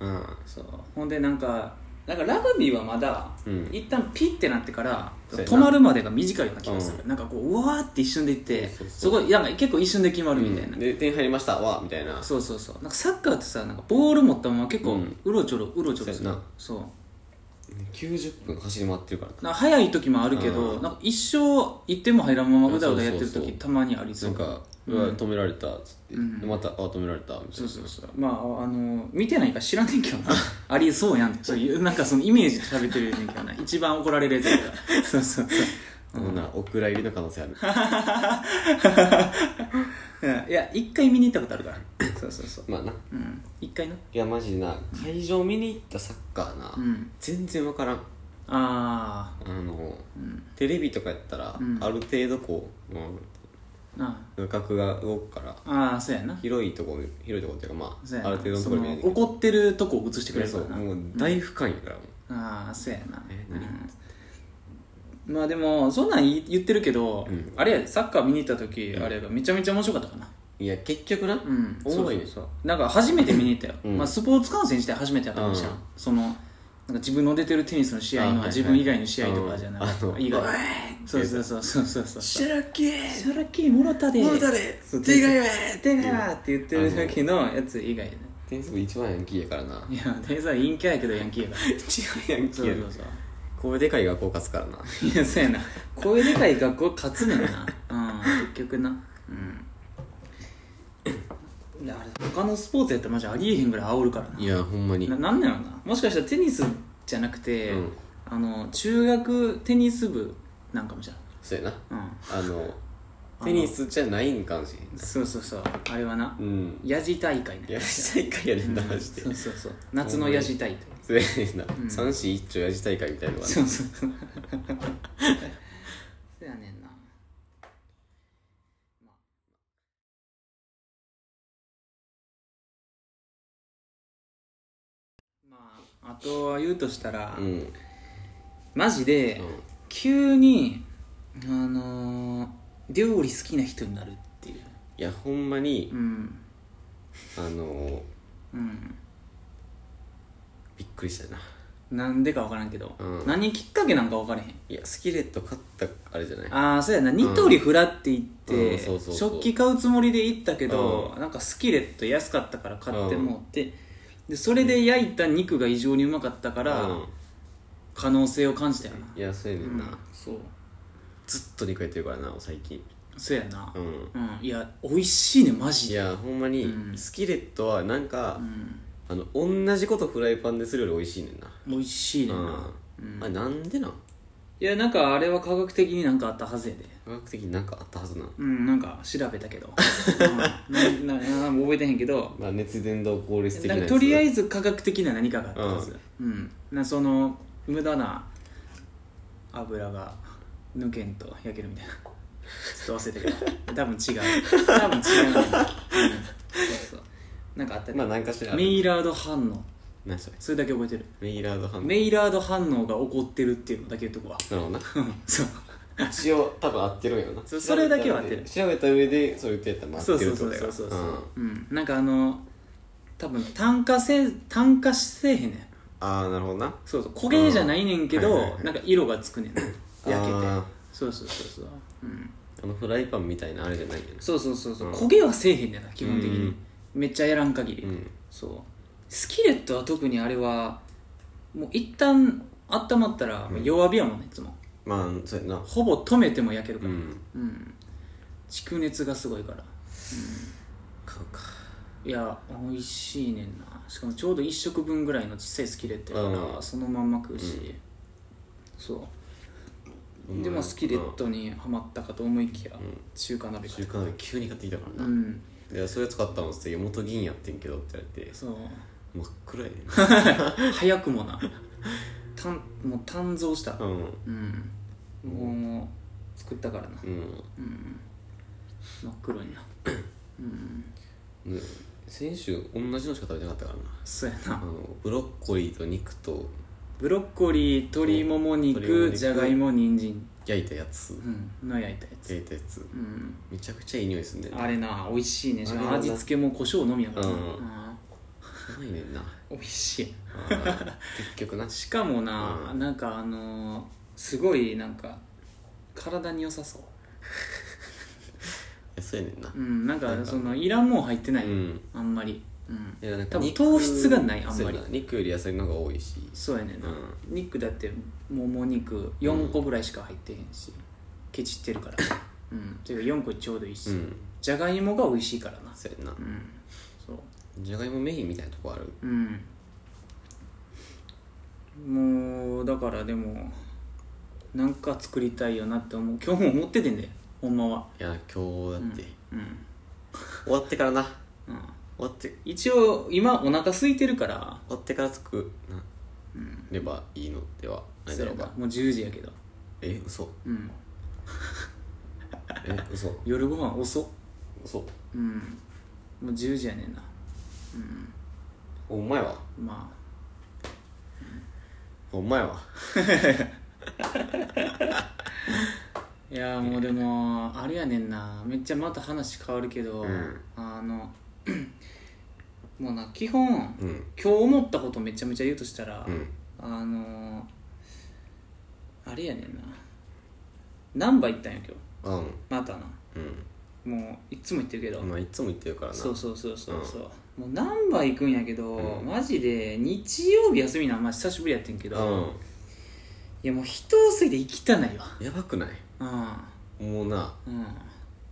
S1: うん
S2: うん
S1: そうほんでなんかなんかラグビーはまだ、
S2: うん
S1: 一旦ピッてなってから
S2: そうやな
S1: 止まるまでが短いような気がする、
S2: う
S1: なんかこううわーって一瞬でいって
S2: そうそうそう
S1: すごいなんか結構一瞬で決まるみたいな、
S2: で点入りましたわみたいな
S1: そうそうそうなんかサッカーってさなんかボール持ったまま結
S2: う
S1: 構
S2: ん
S1: うろちょろうろちょろす
S2: そう
S1: る、
S2: やな
S1: そう
S2: 90分走り回ってるからな
S1: なんか早い時もあるけど、
S2: うん
S1: なんか一生一点も入らんままうだうだやってる
S2: そうそう
S1: 時
S2: そう
S1: たまにありそ
S2: な
S1: うん
S2: か、
S1: う
S2: うんわ止められたっつって、
S1: うん
S2: でまたあ止められたみたいな
S1: そうそうそうまああの見てないから知らんねんけど <laughs> なありそうやんってそういうなんかそのイメージで喋ってるねんけどな一番怒られるやつやから <laughs> そうそうそう
S2: もうなお蔵入りの可能 <laughs> 性ある
S1: うんいや一回見に行ったことあるからそうそうそう
S2: まあな
S1: うん一回ない
S2: やマジでな会場見に行ったサッカーな、
S1: うん
S2: 全然わからん
S1: あ
S2: あの
S1: あうん
S2: テレビとかやったら、
S1: うん
S2: ある程度こう、うん、
S1: あ
S2: 画角が動くから
S1: あああそうやな
S2: 広いとこ広いとこっていうかま
S1: そうや
S2: あ
S1: な
S2: ある程度のと
S1: そ
S2: ころ
S1: の
S2: 見ないといけない
S1: 怒ってるとこを映してくれるか
S2: そう
S1: らな
S2: もう大不寛やからもう
S1: ああそうやな
S2: え何
S1: うんまあでもそんなん言言ってるけど、
S2: うん
S1: あれやサッカー見に行った時、
S2: うん
S1: あれがめちゃめちゃ面白かったかない
S2: や結局な、
S1: うん、
S2: おもろい
S1: そうそうそうなんか初めて見に行ったよ、
S2: うん
S1: まあ、スポーツ観戦して初めてやったかもしれん、
S2: うん
S1: そのなんか自分の出てるテニスの試合
S2: あ
S1: の
S2: はいはい
S1: 自分以外の試合とかじゃなく
S2: うんあの
S1: て以外そうそうそうそうそうそう
S2: シャラッキー
S1: シャラキーもろたで
S2: もろたで
S1: そう
S2: 手がや
S1: 手がやって言ってる時のやつ以外ね
S2: 点数一番ヤンキーやからな
S1: いや天才陰キャやけどヤンキーやから
S2: <laughs> 一番ヤンキ
S1: そう
S2: ー
S1: そ
S2: や
S1: う
S2: な
S1: そう
S2: 声でかいがこう勝つからない
S1: やそうやな声でかい学校勝つねんなうん結局なうんいやあれ他のスポーツやったらマジありえへんぐらい煽るからない
S2: やほんまに
S1: ななんなんやろなもしかしたらテニスじゃなくて、
S2: うん
S1: あの中学テニス部なんかもじゃん
S2: そうやな
S1: うん
S2: あのテニスじゃないんかもしれ
S1: そうそうそうあれはな、
S2: んうん
S1: ヤジ大会ね
S2: やりたいかやねんなマジで
S1: そうそうそう夏のヤジ大会
S2: そうやねんな三子一丁やじ大会みたいなのがある
S1: そうそうそうそうやねんなまああとは言うとしたら、
S2: うんうん
S1: マジで、急にあのー料理好きな人になるっていう
S2: いやほんまに
S1: うん
S2: あの
S1: うん
S2: びっくりしたな
S1: なんでか分からんけど、
S2: うん
S1: 何きっかけなんか分からへん
S2: いやスキレット買ったあれじゃない
S1: ああそうやなニトリフラって行って、
S2: うんそうそうそう
S1: 食器買うつもりで行ったけど、なんかスキレット安かったから買ってもって、でそれで焼いた肉が異常にうまかったから、
S2: うん
S1: 可能性を感じたよな、
S2: いやそうやねんな
S1: そう
S2: ずっと肉やってるからな最近
S1: そうやな
S2: うん
S1: うん、いや美味しいねマジ
S2: い
S1: で
S2: やほんまに、
S1: うん
S2: スキレットはなんか、
S1: うん
S2: あの同じことフライパンでするより美味しいねんな
S1: 美味しいねんな、
S2: うん
S1: うん
S2: あれなんでなん
S1: いやなんかあれは科学的になんかあったはずやで
S2: 科学的になんかあったはずな
S1: うんなんか調べたけど、うん、なな <laughs> な覚えてへんけど
S2: まあ熱伝導効率的な
S1: なん
S2: や
S1: か
S2: つ
S1: とりあ
S2: ず
S1: えず科学的な何かがあったはず、うんなその無駄な油が抜けんと焼けるみたいなちょっと忘れたけど多分違う多分違う、うん、そうそうなんかあったね
S2: まあ何かしらある
S1: メイラード反応
S2: 何それ
S1: それだけ覚えてる
S2: メイラード反応な
S1: メイラード反応が起こってるっていうのだけ言っとくわ
S2: るほどな
S1: そう
S2: 一応多分合ってるんやろな
S1: そうそれだけは合ってる
S2: 調べた上でそう言ってやったらまあ合
S1: そ
S2: っ
S1: う
S2: てる
S1: そう
S2: って
S1: そ
S2: こ
S1: う
S2: と
S1: そう
S2: やから
S1: そうそう、うん、なんかあの多分炭化せ炭化せえへんねん
S2: ああなるほどな
S1: そうそう焦げじゃないねんけど、
S2: うんはいはいはい
S1: なんか色がつくねんな焼けて
S2: あ
S1: そうそうそうそう、うん、
S2: ーあのフライパンみたいなあれじゃないんやな
S1: そうそうそうそう、
S2: うん
S1: 焦げはせえへんねんな基本的に、
S2: うん
S1: めっちゃやらん限り、
S2: うん
S1: そうスキレットは特にあれはもう一旦温まったら
S2: うん
S1: 弱火やもんねいつも
S2: まあそうやな
S1: ほぼ止めても焼けるか
S2: う
S1: ら、
S2: ん
S1: うん、蓄熱がすごいから
S2: 買うか
S1: いや美味しいねんなしかもちょうど1食分ぐらいの小さいスキレットやから、
S2: うん
S1: そのまんま食うし、そう、でまあスキレットにはまったかと思いきや、中華鍋か
S2: 中華鍋急に買ってきたか
S1: う
S2: らな、
S1: ん
S2: でそれ使ったのっつって「元銀やってんけど」って言われて
S1: そう
S2: 真っ暗やね
S1: 早くもな <laughs> たんもう炭造した
S2: うん
S1: うん、もう作ったからな
S2: うん
S1: うん真っ黒になうん
S2: ね先週同じのしか食べてなかったからな
S1: そうや
S2: あ
S1: な
S2: のブロッコリーと肉と
S1: ブロッコリー鶏もも
S2: 鶏もも
S1: 肉
S2: 肉
S1: じゃがいも人参
S2: 焼いたやつ
S1: うんの焼いたやつ
S2: 焼いたやつ
S1: うん
S2: めちゃくちゃいい匂いすんねんな
S1: あれな美味しいねしかも
S2: あれな
S1: 味付けも胡椒のみやからな、
S2: うん
S1: うん
S2: うまいねんな
S1: 美味しい
S2: あー結局な
S1: しかもな、
S2: うん
S1: なんかあのーすごいなんか体に良さそう
S2: えそうやねんな
S1: うんなんかそのいらんもん入ってない、
S2: うん
S1: あんまりうん
S2: いやなん
S1: 多
S2: か
S1: 分
S2: 肉
S1: 糖質がないあんまり
S2: そうやな肉より野菜の方が多いし
S1: そうやねん
S2: う
S1: な、
S2: ん
S1: 肉だってもも肉4個ぐらいしか入ってへんし、ケチってる <laughs> からうんていうか4個ちょうどいいし、
S2: うん
S1: じゃがいもが美味しいからな
S2: そうやな
S1: うんそう
S2: じゃがいもメインみたいなとこある
S1: うんもうだからでもなんか作りたいよなって思う今日も思っててんだよほんまはい
S2: や今日だって
S1: うん、
S2: 終わってからな
S1: うん、
S2: 終わって終
S1: 一応今お腹空いてるから
S2: わってから作なればいいのではないだろう
S1: そうや
S2: か
S1: なもう10時やけど
S2: え嘘
S1: うん
S2: え嘘
S1: 夜ご飯遅っ
S2: 嘘
S1: うんもう10時やねんなうん
S2: お前は
S1: ま
S2: お前は
S1: あいやーもうでもあれやねんなめっちゃまた話変わるけど、
S2: うん
S1: あの <clears throat> もうな基本今
S2: うん
S1: 日思ったことめちゃめちゃ言うとしたら、
S2: うん
S1: あのーあれやねんな難波行ったんや今日
S2: うん
S1: またな
S2: う
S1: もういっつも行ってるけど、
S2: んまあいつも言ってるからな
S1: そうそうそうそうそう、もう難波行くんやけど、
S2: うん
S1: マジで日曜日休みなんまあ久しぶりやってんけど、
S2: う
S1: いやもう人多すぎて行きたないわ
S2: んやばくない
S1: うん
S2: もうな
S1: うん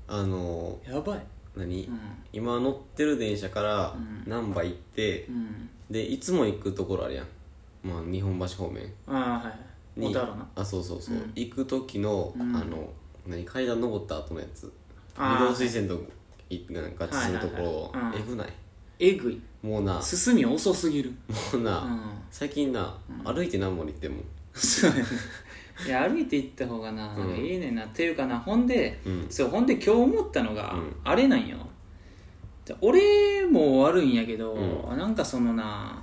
S2: あの
S1: やばい
S2: 何、
S1: うん
S2: 今乗ってる電車から
S1: うん
S2: 難波行って、
S1: うん
S2: でいつも行くところあるやんまあ日本橋方面
S1: ああはい小
S2: に
S1: 田原な
S2: あそうそうそう、
S1: うん
S2: 行く時の、
S1: うん
S2: あの何階段登った後のやつ
S1: あー
S2: 移動水線といなんか合致するところ、
S1: はいはいはいうん
S2: えぐない
S1: えぐい
S2: もうな
S1: 進み遅すぎる
S2: もうな、
S1: うん
S2: 最近な、歩いて何も行っても
S1: そうやねいや歩いて行った方がななんかいいねんな、っていうかなほんで、
S2: うん
S1: そうほんで今日思ったのが、
S2: うん
S1: あれなんよで俺も悪いんやけど、
S2: う
S1: なんかそのな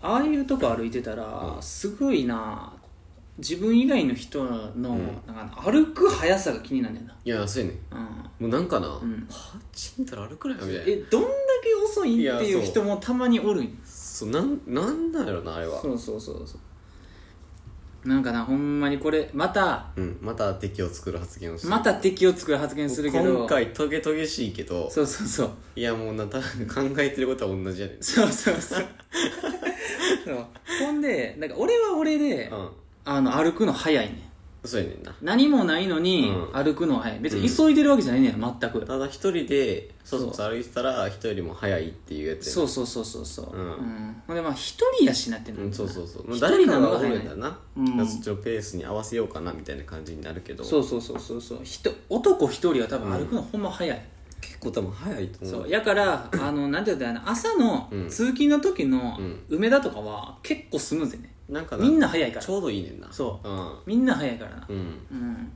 S1: ああいうとこ歩いてたら、
S2: うん
S1: すごいな自分以外の人の、
S2: ん
S1: なんか歩く速さが気になるねんだ
S2: いやそうやねん
S1: よな、うん、
S2: もうなんかな、
S1: ん
S2: はちんたら歩くなよみたい
S1: え
S2: な
S1: どんだけ遅いんってい
S2: いや
S1: う
S2: そう
S1: 人もたまにおるんよ
S2: そうなんなんなんやろなあれは
S1: そうそうそうそうなんかなほんまにこれまた
S2: うんまた敵を作る発言をして
S1: また敵を作る発言するけど
S2: 今回トゲトゲしいけど
S1: そうそうそう
S2: いやもうな多分 <laughs> 考えてることは同じやねん
S1: そうそうそうそうほんでなんか俺は俺で、
S2: うん
S1: あの歩くの早いね
S2: そうやねんな
S1: 何もないのに
S2: うん
S1: 歩くのは早い別に急いでるわけじゃないねん全く、
S2: ただ一人でそ
S1: そう
S2: そそう歩いてたら人よりも早いっていうやつやな
S1: そうそうそうそうそう
S2: うん
S1: んほんでまあ一人やしなってなる
S2: うん、そうそうそう、まあ、
S1: 一
S2: 誰
S1: 人
S2: か
S1: なの
S2: が
S1: が
S2: おる
S1: 早
S2: ん
S1: い
S2: だな、
S1: うん
S2: そっちのペースに合わせようかなみたいな感じになるけど
S1: そうそうそうそうそう人男一人は多分歩くのほんま早い、
S2: 結構多分早いと思う
S1: そうやからあのなんていうんだろうな朝の
S2: うん
S1: 通勤の時の
S2: うん
S1: 梅田とかは結構スムーズやね
S2: なんか
S1: みんな早いから
S2: ちょうどいいねんな
S1: そう
S2: うん
S1: みんな早いからな
S2: うん
S1: うん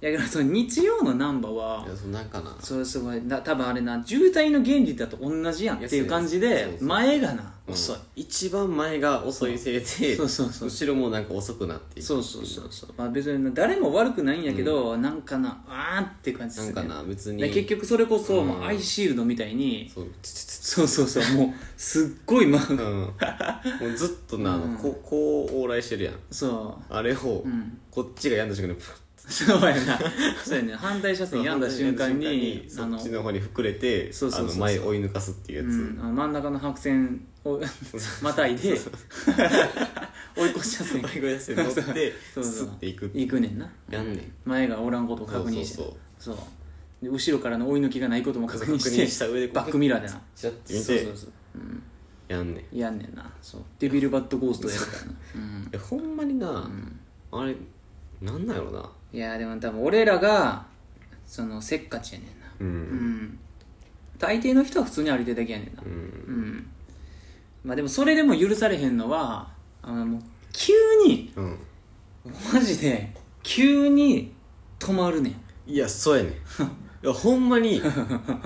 S1: やけどその日曜のナンバーはい
S2: やそうなんかな
S1: それすごいな多分あれな渋滞の原理だと同じやんっていう感じ
S2: そうそ
S1: で
S2: うそう
S1: 前がな
S2: うん
S1: 遅い、
S2: 一番前が遅いせいで
S1: そうそうそう
S2: 後ろもなんか遅くなっていく
S1: そうそうそうそう、まあ、別にな誰も悪くないんやけど、なんかなあーって感じ
S2: なんかな別に
S1: で結局それこそ、
S2: うん
S1: まあ、アイシールドみたいに <laughs>
S2: そうつつつ
S1: そうそうそうもうすっごいま
S2: うんもうずっとな、あのこうこう往来してるやん
S1: そ
S2: あれを、
S1: ん
S2: こっちが病んだ瞬間にプッ
S1: うそうやなそうやね反対車線病んだ瞬間に
S2: そ
S1: あ
S2: っ
S1: の
S2: ちの方に膨れて
S1: そうそうそうそう
S2: あの前追い抜かすっていうやつ、
S1: うん、あの真ん中の白線をまたいで <laughs> 追い越し車線
S2: 最後やせ乗 <laughs> って
S1: そう
S2: ス
S1: そう
S2: ッていくって
S1: 行くねんな
S2: やんねん
S1: 前がおらんことを確認して
S2: そうそう
S1: そうで後ろからの追い抜きがないことも確認して
S2: 確認した上で
S1: バックミラーでな
S2: ちらって
S1: そう
S2: 見
S1: そう
S2: て
S1: そう、うん、
S2: やんねんい
S1: やんねんなそうデビルバッドゴーストやるからな、うん、
S2: やほんまにな、あれなんなんやろない
S1: やでも多分俺らがそのせっかちやねんなう
S2: う
S1: んん大抵の人は普通に歩いてるだけやねんな
S2: うん、
S1: うんまあでもそれでも許されへんのはあのもう急に
S2: うん、
S1: マジで急に止まるねん
S2: いやそうやねん <laughs> いやほんま <laughs> に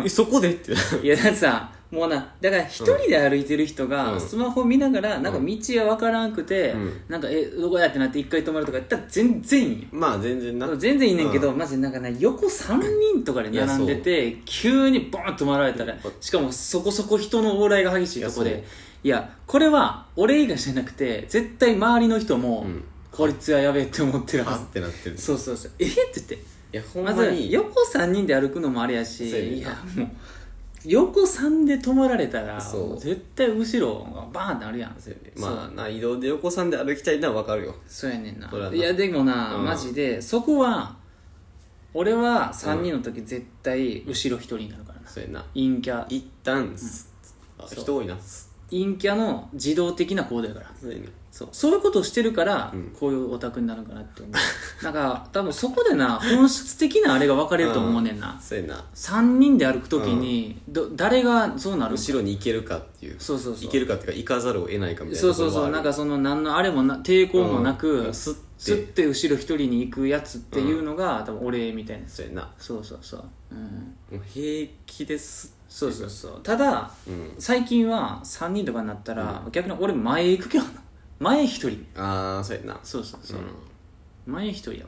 S2: えそこでって
S1: いやだってさもうなだから一人で歩いてる人
S2: う
S1: が
S2: ん
S1: スマホ見ながらなんか道が分からんくて、
S2: うん
S1: なんかえどこやってなって一回止まるとかやったら全然いいんよ
S2: <laughs> まあ全然な
S1: 全然いいねんけど、
S2: う
S1: マジでなんかね横3人とかで並んでて急にボーンと止まられたらしかもそこそこ人の往来が激しいとこ
S2: いや
S1: でいやこれは俺以外じゃなくて絶対周りの人も、
S2: うん
S1: こいつはやべえって思ってるは
S2: あ
S1: ず
S2: ってなってるい
S1: そうそうそうえっって言って
S2: やほん
S1: ま
S2: ま
S1: ず
S2: に
S1: 横3人で歩くのもあれやし
S2: そうやねん
S1: い
S2: な
S1: やもう横3で止まられたら
S2: そう
S1: もう絶対後ろがバーンってなるやん
S2: そうやねまあな移動で横さんで歩きたいのはわかるよ
S1: そうやねんな
S2: そらない
S1: やでもな、
S2: うん
S1: マジでそこは俺は3人の時絶対後ろ1人になるからな、
S2: そうやな
S1: 陰キャ
S2: 一旦すあ
S1: そう
S2: 人多いなす
S1: 陰キャの自動的な行動やから
S2: そうやね
S1: そうそういうことをしてるから、
S2: うん
S1: こういうオタクになるんかなって思うなんか多分そこでな本質的なあれが分かれると思うねんな、
S2: そうやな
S1: 3人で歩く時に、ど誰がそうなる
S2: 後ろに行けるかっていう
S1: そうそうそう
S2: 行けるかっていうか行かざるを得ないかみたい
S1: そ
S2: な
S1: うそうそうなんかその何のあれもな抵抗もなく、
S2: うん
S1: す
S2: ス
S1: っ
S2: ッ
S1: て
S2: て
S1: 後ろ一人に行くやつっていうのが、多分俺みたいな
S2: そうやな
S1: そうそうそう、うん、
S2: もう平気です
S1: そうそうそうただ
S2: うん
S1: 最近は3人とかになったら、逆に俺前行くけどな前一人
S2: ああそうやな
S1: そうそうそう、
S2: う
S1: 前一人やわ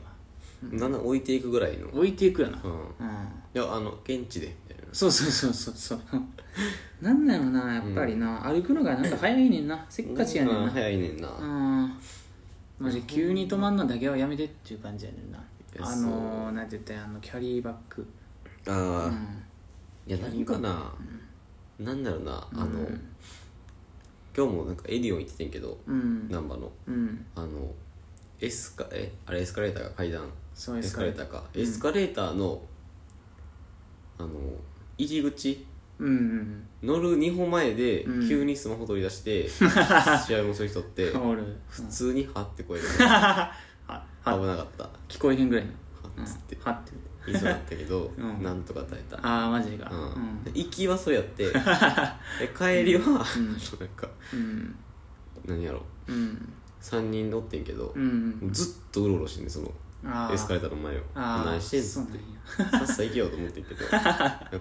S2: んなんなん置いていくぐらいのうんい
S1: 置いていくやな、うん
S2: やあの現地でみたいな
S1: そうそうそうそうそうなんなのなやっぱりな、歩くのがなんか早いねんなせっかちやねん
S2: うん
S1: な
S2: 早いねんな
S1: うんマジ急に止まんのだけはやめてっていう感じやねんない
S2: や
S1: あのー、なんて言ったらいいあのキャリーバッグう
S2: ああ
S1: ん
S2: いや何かななんだろうなあの今日もなんかエディオン行っててんけど
S1: うん、
S2: 難波の
S1: うん、
S2: あのエスカえあれエスカレーターが階段
S1: そう
S2: エ
S1: エ
S2: ス
S1: ス
S2: カ
S1: カ
S2: レ
S1: レ
S2: ー
S1: ー
S2: タ
S1: タ
S2: ーか、エスカレーターのあの入り口
S1: うんうん
S2: 乗る2歩前で
S1: うん
S2: 急にスマホ取り出
S1: <laughs>
S2: して、試合もする人って
S1: うんる
S2: 普通に「は」って声が
S1: は
S2: 危
S1: は
S2: なかった「は」
S1: 聞こえへんぐらいの
S2: っつって
S1: はって
S2: 言いそうだったけど、
S1: ん
S2: なんとか耐えた、
S1: ああマジか
S2: う
S1: うんん
S2: で行きはそれやっ
S1: <laughs>
S2: てで帰りは、 <laughs> なんか
S1: うん
S2: 何やろ
S1: うん
S2: 3人乗ってんけど
S1: う、ん
S2: ずっとうろうろしてんねその
S1: ああ
S2: エスカレーターの前を
S1: あー
S2: 何してん
S1: そう
S2: の
S1: なんや
S2: さっさ行けようと思ってん
S1: <laughs>
S2: けど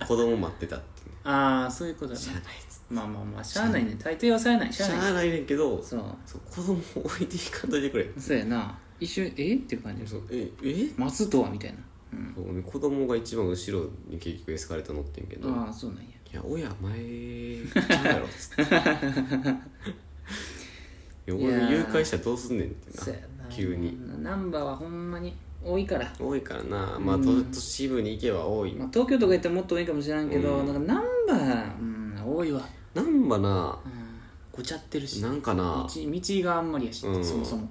S2: 子供待ってたってね
S1: ああそういうことだ
S2: 知ら
S1: な
S2: ないっつって
S1: まあまあまあしゃあないね大抵はしゃあないし
S2: し
S1: ゃあ
S2: ゃ
S1: な
S2: あ
S1: い
S2: ないねんけど
S1: そ
S2: そう子供を置いていかんといてくれ
S1: うそうやな一瞬えっていう感じ
S2: そうええ
S1: 待つとはみたいなうん
S2: そう俺子供が一番後ろに結局エスカレーター乗ってんけど「
S1: ああそうなんや
S2: いや親前ちゃうやろ」っつっ
S1: <laughs>
S2: ていや
S1: いや
S2: 俺
S1: ー
S2: 誘拐したらどうすんねんって
S1: そうや
S2: な
S1: な
S2: 急に
S1: ナンバーはほんまに多いから、
S2: 多いからなまあ都都市部に行けば多い
S1: まあ、東京とか行ったらもっと多いかもしれんけど、
S2: う
S1: なんかナンバー、うん、多いわ、
S2: なんばな
S1: うん、ごちゃってるし道
S2: なんか
S1: 道
S2: な
S1: があんまりやし、
S2: うん
S1: そもそも、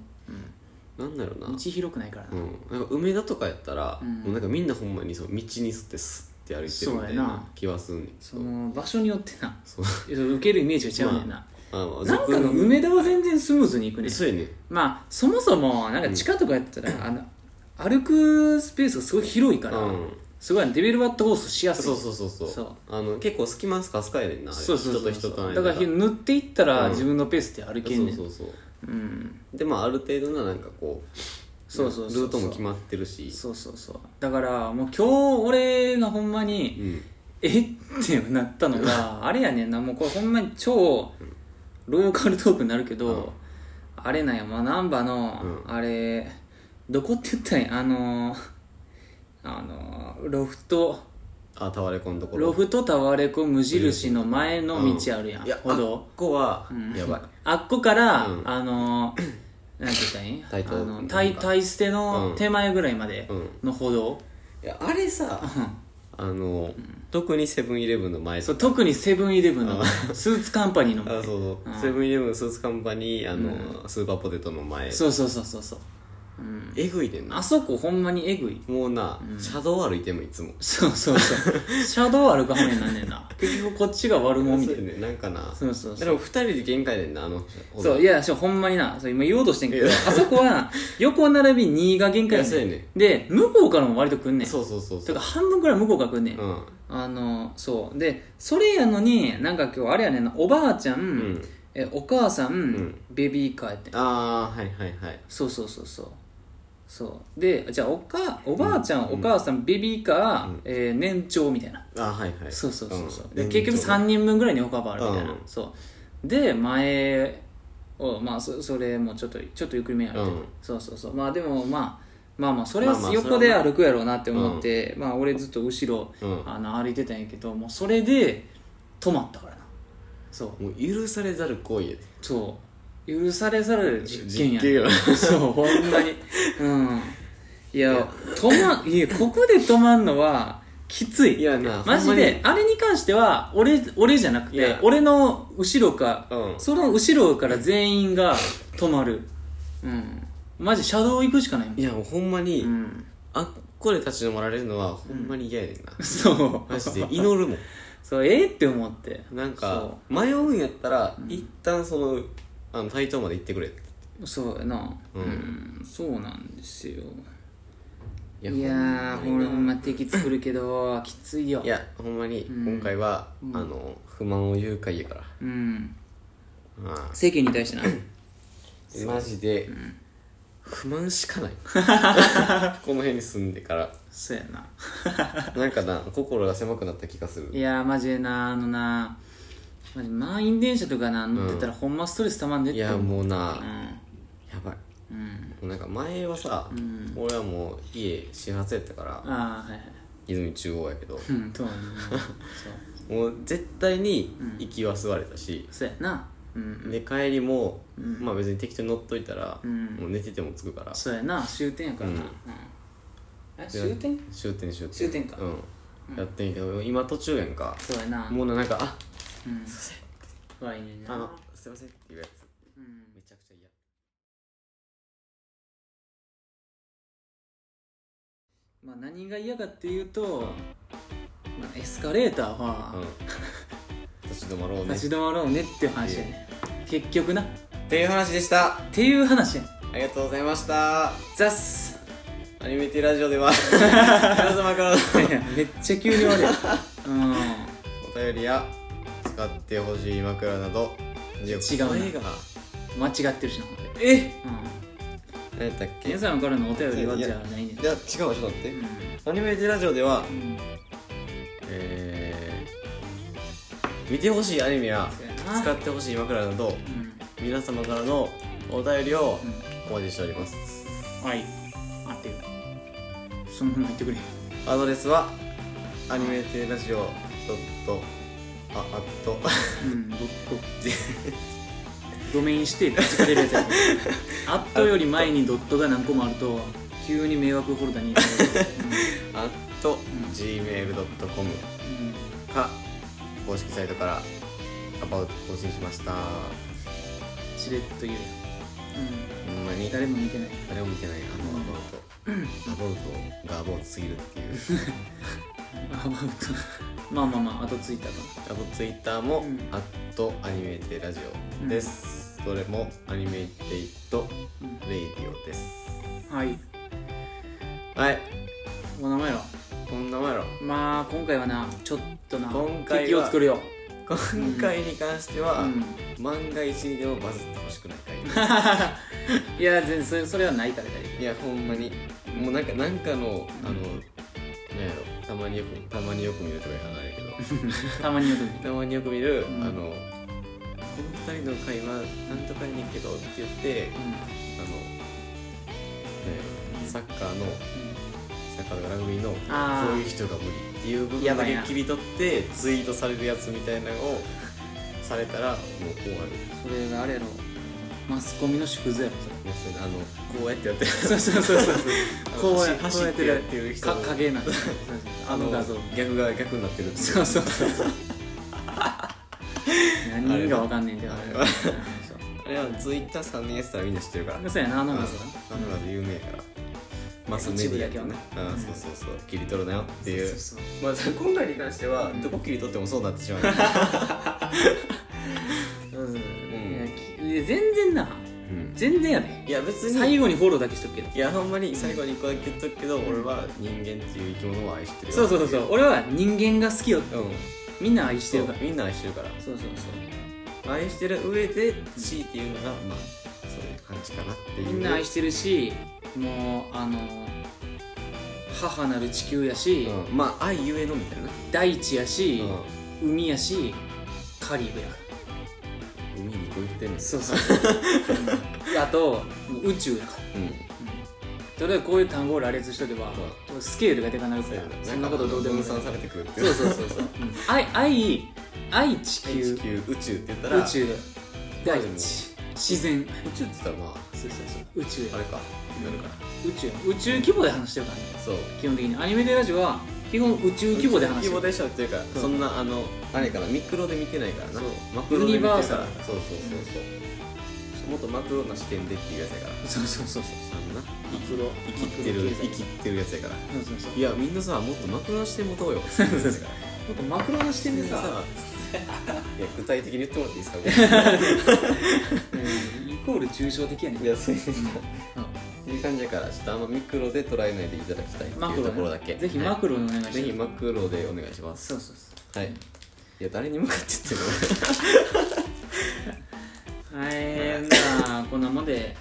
S2: なんだろうな
S1: 道広くないからな、
S2: うん、なんか梅田とかやったら、
S1: うん
S2: もうなんかみんなほんまにその道に沿ってスッて歩いてるみ
S1: そう
S2: たい
S1: やな
S2: な気はすんねんけ
S1: そ
S2: ど
S1: の場所によってな
S2: そう
S1: えその受けるイメージが違うねんな、
S2: あの
S1: なんかの
S2: 俗に
S1: 梅田は全然スムーズにいくね
S2: そうやね
S1: まあそもそもなんか地下とかやったら、あの歩くスペースがすごい広いから、
S2: うん
S1: すごいデベロバットホースしやすい
S2: そうそうそうそう
S1: そう
S2: あの結構隙間すかすかやねんなあれ
S1: そうそうそう
S2: 人と人との間
S1: だから塗っていったら
S2: うん
S1: 自分のペースで歩けんねん
S2: そうそうそ
S1: う
S2: う
S1: ん
S2: でまあある程度ななんかこう
S1: そうそうそうそう
S2: ルートも決まってるし
S1: そうそうそうだからもう今日俺がほんまに、
S2: うん
S1: え <laughs> ってなったのがあれやねんなもうこれほんまに超ローカルトークになるけど、あれなんやまあ難波の、
S2: う
S1: あれどこって言ったんやあのーあのーロフト
S2: あタワレコのところ
S1: ロフトタワレコ無印の前の道あるやん、
S2: いや
S1: 歩
S2: あっ
S1: 道
S2: こはやばい
S1: あっこから、
S2: うん
S1: あのーなんて言ったらいいん
S2: 台東
S1: あの台台捨ての手前ぐらいまで
S2: うん
S1: の歩道、
S2: いやあれさあの特にセブンイレブンの前
S1: そ
S2: と
S1: う
S2: か
S1: 特にセブンイレブンのスーツカンパニーの前
S2: あそうそうセブンイレブンスーツカンパニーあのスーパーポテトの前
S1: そうそうそうそうそう
S2: えぐいでんな
S1: あそこほんまにえぐい
S2: もうな車道歩いてもいつも
S1: そうそうそう
S2: <laughs>
S1: 車道歩かはめなんねんな結局こっちが悪者みたい
S2: そうやねなんかな
S1: そうそうそう
S2: でも二人で限界でんなあの
S1: そういやそうほんまになそう今言おうとしてんけど
S2: いや
S1: あそこは横並び2が限界や
S2: いや
S1: ね
S2: そ
S1: ん
S2: うやね
S1: で向こうからも割と来んねん
S2: そうそうそうそ
S1: て
S2: う
S1: か半分くらい向こうから来んねん、
S2: うん
S1: あのそうでそれやのになんか今日あれやねんなおばあちゃん、
S2: ん
S1: えお母さん、
S2: ん
S1: ベビーカーやってん
S2: ああはいはいはい
S1: そうそうそうそうそうでじゃあおかおばあちゃん、お母さんベビーカー、えー年長みたいな
S2: あーはいはい
S1: そうそうそうそう、
S2: ん
S1: で結局3人分ぐらいにおかばあるみたいな、
S2: うん
S1: そうで前をまあそそれもちょっとちょっとゆっくりめやるけど、
S2: うん
S1: そうそうそうまあでもまあまあまあそれは
S2: まあまあ
S1: 横で歩くやろうなって思って、まあ俺ずっと後ろ、
S2: うん
S1: あの歩いてたんやけどもうそれで止まったからなそう
S2: もう許されざる行為やで
S1: そう許されざる実験や、ね、
S2: 実
S1: そうほんまにうんいや止まいやここで止まんのはきつい
S2: いやな
S1: マジで
S2: ほ
S1: あれに関しては俺俺じゃなく
S2: い
S1: て
S2: や
S1: 俺の後ろか、
S2: うん
S1: その後ろから全員が止まるうんマジ車道行くしかないもん
S2: いやもうほんまに、
S1: うん
S2: あっこで立ち止まられるのはほんまに嫌やねんな、
S1: そう
S2: マジで祈るもん
S1: そうええって思って
S2: なんか迷うんやったら、一旦そのあの台東まで行ってくれって
S1: そうやな
S2: うん
S1: うん、そうなんですよ
S2: い
S1: いやー
S2: ほん
S1: これほん
S2: ま
S1: ま敵作るけどきついよ
S2: にいやほんまに今回は、あの不満を言う回やから、
S1: うん
S2: ま
S1: 世間に対してな
S2: あ、マジで、不満し <laughs> かないこの辺に住んでから
S1: <coughs> そうやな
S2: なんかな心が狭くなった気がする
S1: いやーマジでなあのなマジ満員電車とかな乗ってたらほんまストレスたまんねっ
S2: い
S1: て
S2: や
S1: 思う
S2: もうな、
S1: う
S2: やばい
S1: んうん
S2: もうなんか前はさ、俺はもう家始発やったから
S1: ああはいはい
S2: 泉中央やけど
S1: うんそうやな
S2: もう絶対に行きは吸われたし、
S1: そうそうやなうん
S2: で帰りも、まあ別に適当に乗っといたら、
S1: ん
S2: もう寝てても着くから
S1: そうやな終点やからな、
S2: うん
S1: うんえ終点
S2: 終点終点
S1: 終点か
S2: うんやってんけど今途中やんか
S1: そうやな
S2: もうななんかあ
S1: うんすいませんいねんな
S2: あのすいませんっていうやつ
S1: うん
S2: めちゃくちゃ嫌
S1: まあ、何が嫌かっていうと、まあ、エスカレーターは
S2: うん立ち止まろうね
S1: 立ち止まろうねっていう話やね結局なっ
S2: っていう話でした
S1: ていう話やね
S2: ありがとうございました
S1: ザッス
S2: アニメティラジオでは皆様からの
S1: <laughs> めっちゃ急に終わるやんうん
S2: お便りや使ってほしい枕など違う
S1: な
S2: 声が
S1: 間違ってるしなほんで
S2: え
S1: うん
S2: 何やったっけ
S1: 皆さんからのお便りはじゃあないねん
S2: いや違うわちょっと待って、
S1: う
S2: アニメティラジオでは
S1: んうん
S2: えー見てほしいアニメや
S1: そうやな
S2: 使ってほしい枕など
S1: う
S2: 皆様からのお便りを
S1: ん
S2: お待ちしております
S1: うんはいあってるそのまま言ってくれ
S2: アドレスはアニメティラジオドットああっと
S1: <laughs> うんドット <laughs> ドメインしてぶちかれるやつ <laughs> やアットより前にドットが何個もあると急に迷惑フォルダに行く、 <laughs>
S2: あっと gmail.com
S1: うんうん
S2: か公式サイトからアバウト更新しました
S1: しれっと言うやん
S2: ほんまに
S1: 誰も見てない
S2: 誰も見てないあのアバウト、アバウトがアバウトすぎるっ
S1: <laughs>
S2: ていう
S1: アバウト <laughs> まあまあまああとツイッターと
S2: あとツイッターも
S1: うん
S2: 「アットアニメイテラジオ」です、どれもアニメイテイトレイディオです
S1: はい
S2: はい
S1: お名前ら
S2: こんなもんやろ
S1: まあ今回はなちょっとな
S2: 今回は
S1: 敵を作るよ、
S2: 今回に関して
S1: う
S2: は、
S1: ん、 <laughs>
S2: 万が一にでもバズってほしくない回
S1: いや全然それそれはないから大丈
S2: いやほんまにもうなんかなんかのあの、なんやろたまによくたまによく見るとか言わないけど
S1: <laughs> 夫たまによく見る
S2: たまによく見る、
S1: うん
S2: あのこの二人の会話なんとかやねんけどって言ってあのなんやろサッカーのサッカーとかラグビーのこ
S1: あー
S2: ういう人が無理っていう部
S1: や
S2: 分
S1: ば
S2: だ
S1: い
S2: け
S1: な
S2: 切り取ってツイートされるやつみたいなのをされたらもう終わる
S1: うん、それがあれやろマスコミの縮図やろそれ
S2: いやそれあのこうやってやってる
S1: そうそうそうそうこうや
S2: 走走ってやってる人
S1: か影
S2: <laughs>
S1: なんだよあの画像
S2: 逆が逆になってる
S1: そうそうそう何がわかんねえんだよ
S2: あれ
S1: あれそう
S2: あれはツイッター3年やってたらみんな知ってるか
S1: <laughs>
S2: ら
S1: そうやなあの画像
S2: あの画像有名やからマスメディアとねあそうそうそう切り取るなよっていう
S1: そうそう
S2: まあ今回に関しては
S1: うん
S2: どこ切り取ってもそうなってしまうう
S1: そうそう
S2: うん
S1: いやきいや全然なん全然やで
S2: いや別に
S1: 最後にフォローだけしとくけど
S2: いやほんまに最後に1個だけ言っとくけど俺は人間っていう生き物を愛してるよ
S1: そうそうそう俺は人間が好きよ
S2: うん
S1: みんな愛して
S2: そ
S1: る
S2: う
S1: から
S2: みんな愛してるから
S1: そうそうそう
S2: 愛してる上で強いて言うのがまあそういう感じかなっていう
S1: みんな愛してるしもうあの母なる地球やし、
S2: うんまあ愛ゆえのみたいな、
S1: 大地やし、
S2: う
S1: 海やしカリブや
S2: ん、海にこう言ってんの
S1: そうそうそううんあともう宇宙やから
S2: うん
S1: とりあえずこういう単語を羅列しとけば、スケールがでかなるから、そんなことどうでもいい
S2: 分散されてくるって
S1: そうそうそうそう、うん、愛愛愛地
S2: <laughs> 地球
S1: 球
S2: 地球宇宙って言ったら
S1: 宇宙大地自然
S2: 宇宙って言ったらまあ
S1: そうそうそう宇宙
S2: あ
S1: や
S2: れかなるから
S1: 宇宙や宇宙規模で話してるからね
S2: そう
S1: 基本的にアニメでラジオは基本宇宙規模で話して
S2: 規模
S1: る
S2: でしょっていうか
S1: そう
S2: そんなあのあれかなミクロで見てないから
S1: そ
S2: な
S1: う
S2: マクロで見て
S1: ユ
S2: か
S1: ニバー
S2: ら
S1: サル
S2: そうそうそうそうもっとマクロな視点でっていうやつやから
S1: そうそうそうそう
S2: あのな
S1: マクロ
S2: 生きてる
S1: マクロ経
S2: 生
S1: 済
S2: きてるやつやから
S1: そうそうそう
S2: いやみんなさもっとマクロな視点持と
S1: <laughs>
S2: うよそうそうそう
S1: もっとマクロの視点でさ、
S2: いや具体的に言ってもらっていいですか
S1: うんイコール抽象的やね
S2: <laughs> いやそういうっていう感じだからちょっとあんまミクロで捉えないでいただきたいって
S1: マクロ
S2: いう
S1: ね
S2: ところだけ
S1: ぜひマクロでお願いします、
S2: ロぜひマクロでお願いします
S1: そうそうそ
S2: はいいや誰に向かって言ってる
S1: うはいまあこんなもんで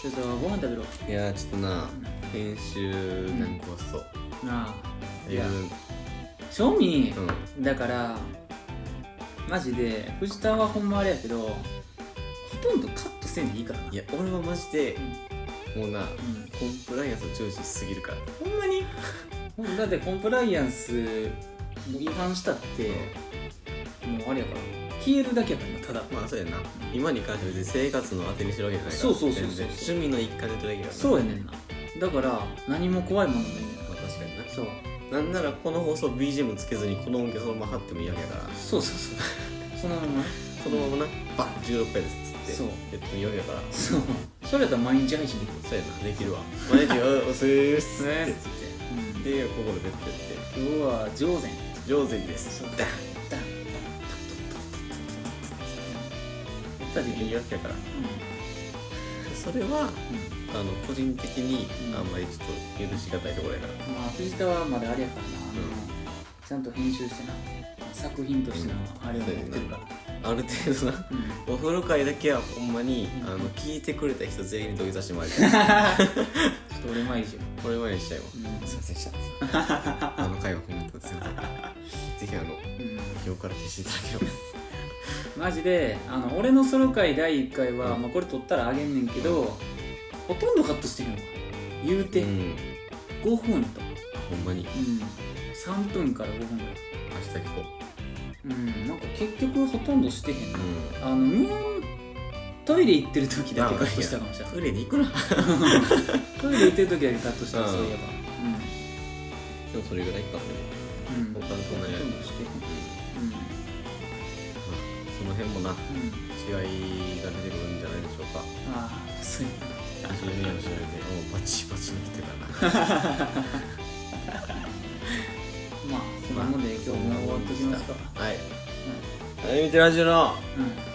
S1: ちょっとご飯食べろ <laughs>
S2: のいやちょっとな編集難航しそう
S1: なあ
S2: い
S1: いや
S2: や
S1: 正味
S2: う、ん
S1: だからマジで藤田はほんまあれやけどほとんどカットせんでいいからない
S2: や俺はマジでもうな
S1: うん
S2: コンプライアンスを重視しすぎるから
S1: ほんまにほんだってコンプライアンスも違反したって、もうあれやから消えるだけやからなただ
S2: まあそうやな今に関しては別に生活の当てにしてるわけじゃないから
S1: そうそうそうそう
S2: 全然趣味の一環で取れるからな
S1: そうやねんなだから何も怖いものないねんな
S2: まあ確かにな
S1: そう
S2: なんならこの放送 BGM つけずにこの音源そのまま貼ってもいいわけやから
S1: そうそう <laughs> そうそのままね
S2: そのままなバッ16回ですっつって
S1: そう
S2: やってもいいわけやから
S1: そうそれやったら毎日配信できる
S2: そうやなできるわ毎日「おすーす」
S1: ね
S2: ってつっ
S1: うん
S2: てでここでベッドや
S1: 今日は
S2: っ
S1: 上善
S2: て「上手にです」ダン
S1: ダンやったらできる
S2: いいわけやから
S1: う
S2: それは
S1: んうん
S2: あの個人的に
S1: うん
S2: あんまりちょっと許しがたいところやから
S1: まあ、藤田はまだあれやからな、あのちゃんと編集してな作品としてのあれを持ってるから、
S2: ある程度な
S1: うん
S2: お風呂会だけはほんまに
S1: うん
S2: あの聞いてくれた人全員に土下座してもらいたい
S1: ちょっと俺前以上、
S2: これまでにしちゃいま
S1: うん
S2: すいませんでしたあの会はほんとすいませんぜひあの
S1: うん
S2: 今日から消していただければ
S1: マジであの俺のソロ回第1回は、
S2: うん
S1: まあ、これ撮ったらあげんねんけど、ほとんどカットしてへんわ言うて、
S2: うん
S1: 5分と、
S2: あほんまに
S1: うん、3分から5分ぐらい、
S2: 明日聞こ
S1: うん、なんか結局ほとんどしてへん
S2: う
S1: な
S2: うん
S1: あの無音トイレ行ってる時だけカットしたかもし <laughs> れない
S2: トイレに行くな
S1: トイレ行ってる時だけカットした
S2: うん
S1: そういえばうん
S2: でもそれぐらいかで
S1: うん
S2: 他のそんなやり
S1: ほとんどしてへん
S2: もその辺もな
S1: うん
S2: ちょっ違いが出てくるんじゃないでしょうか
S1: <laughs> ああそうや
S2: それで調べておバチバチに来てたな
S1: まあそんなもんで今日も終わっときますか
S2: はいアニメテラジオの
S1: うん、うん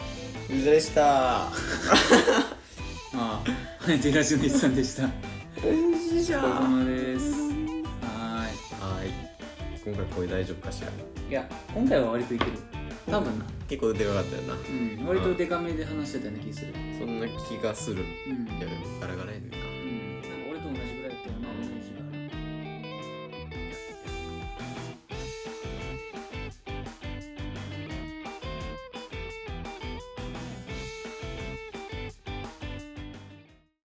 S2: ゆずでした
S1: あ <laughs> あ、はい、デラジオの一さんでした。
S2: でし
S1: お疲れ様です。は
S2: はい今回これ大丈夫かしら
S1: ーい。いや、今回は割といける。多分な。
S2: 結構でかかったよな
S1: うん、割とデカめで話してたような気する。
S2: そんな気がする
S1: うん。
S2: いやでもガラガラやね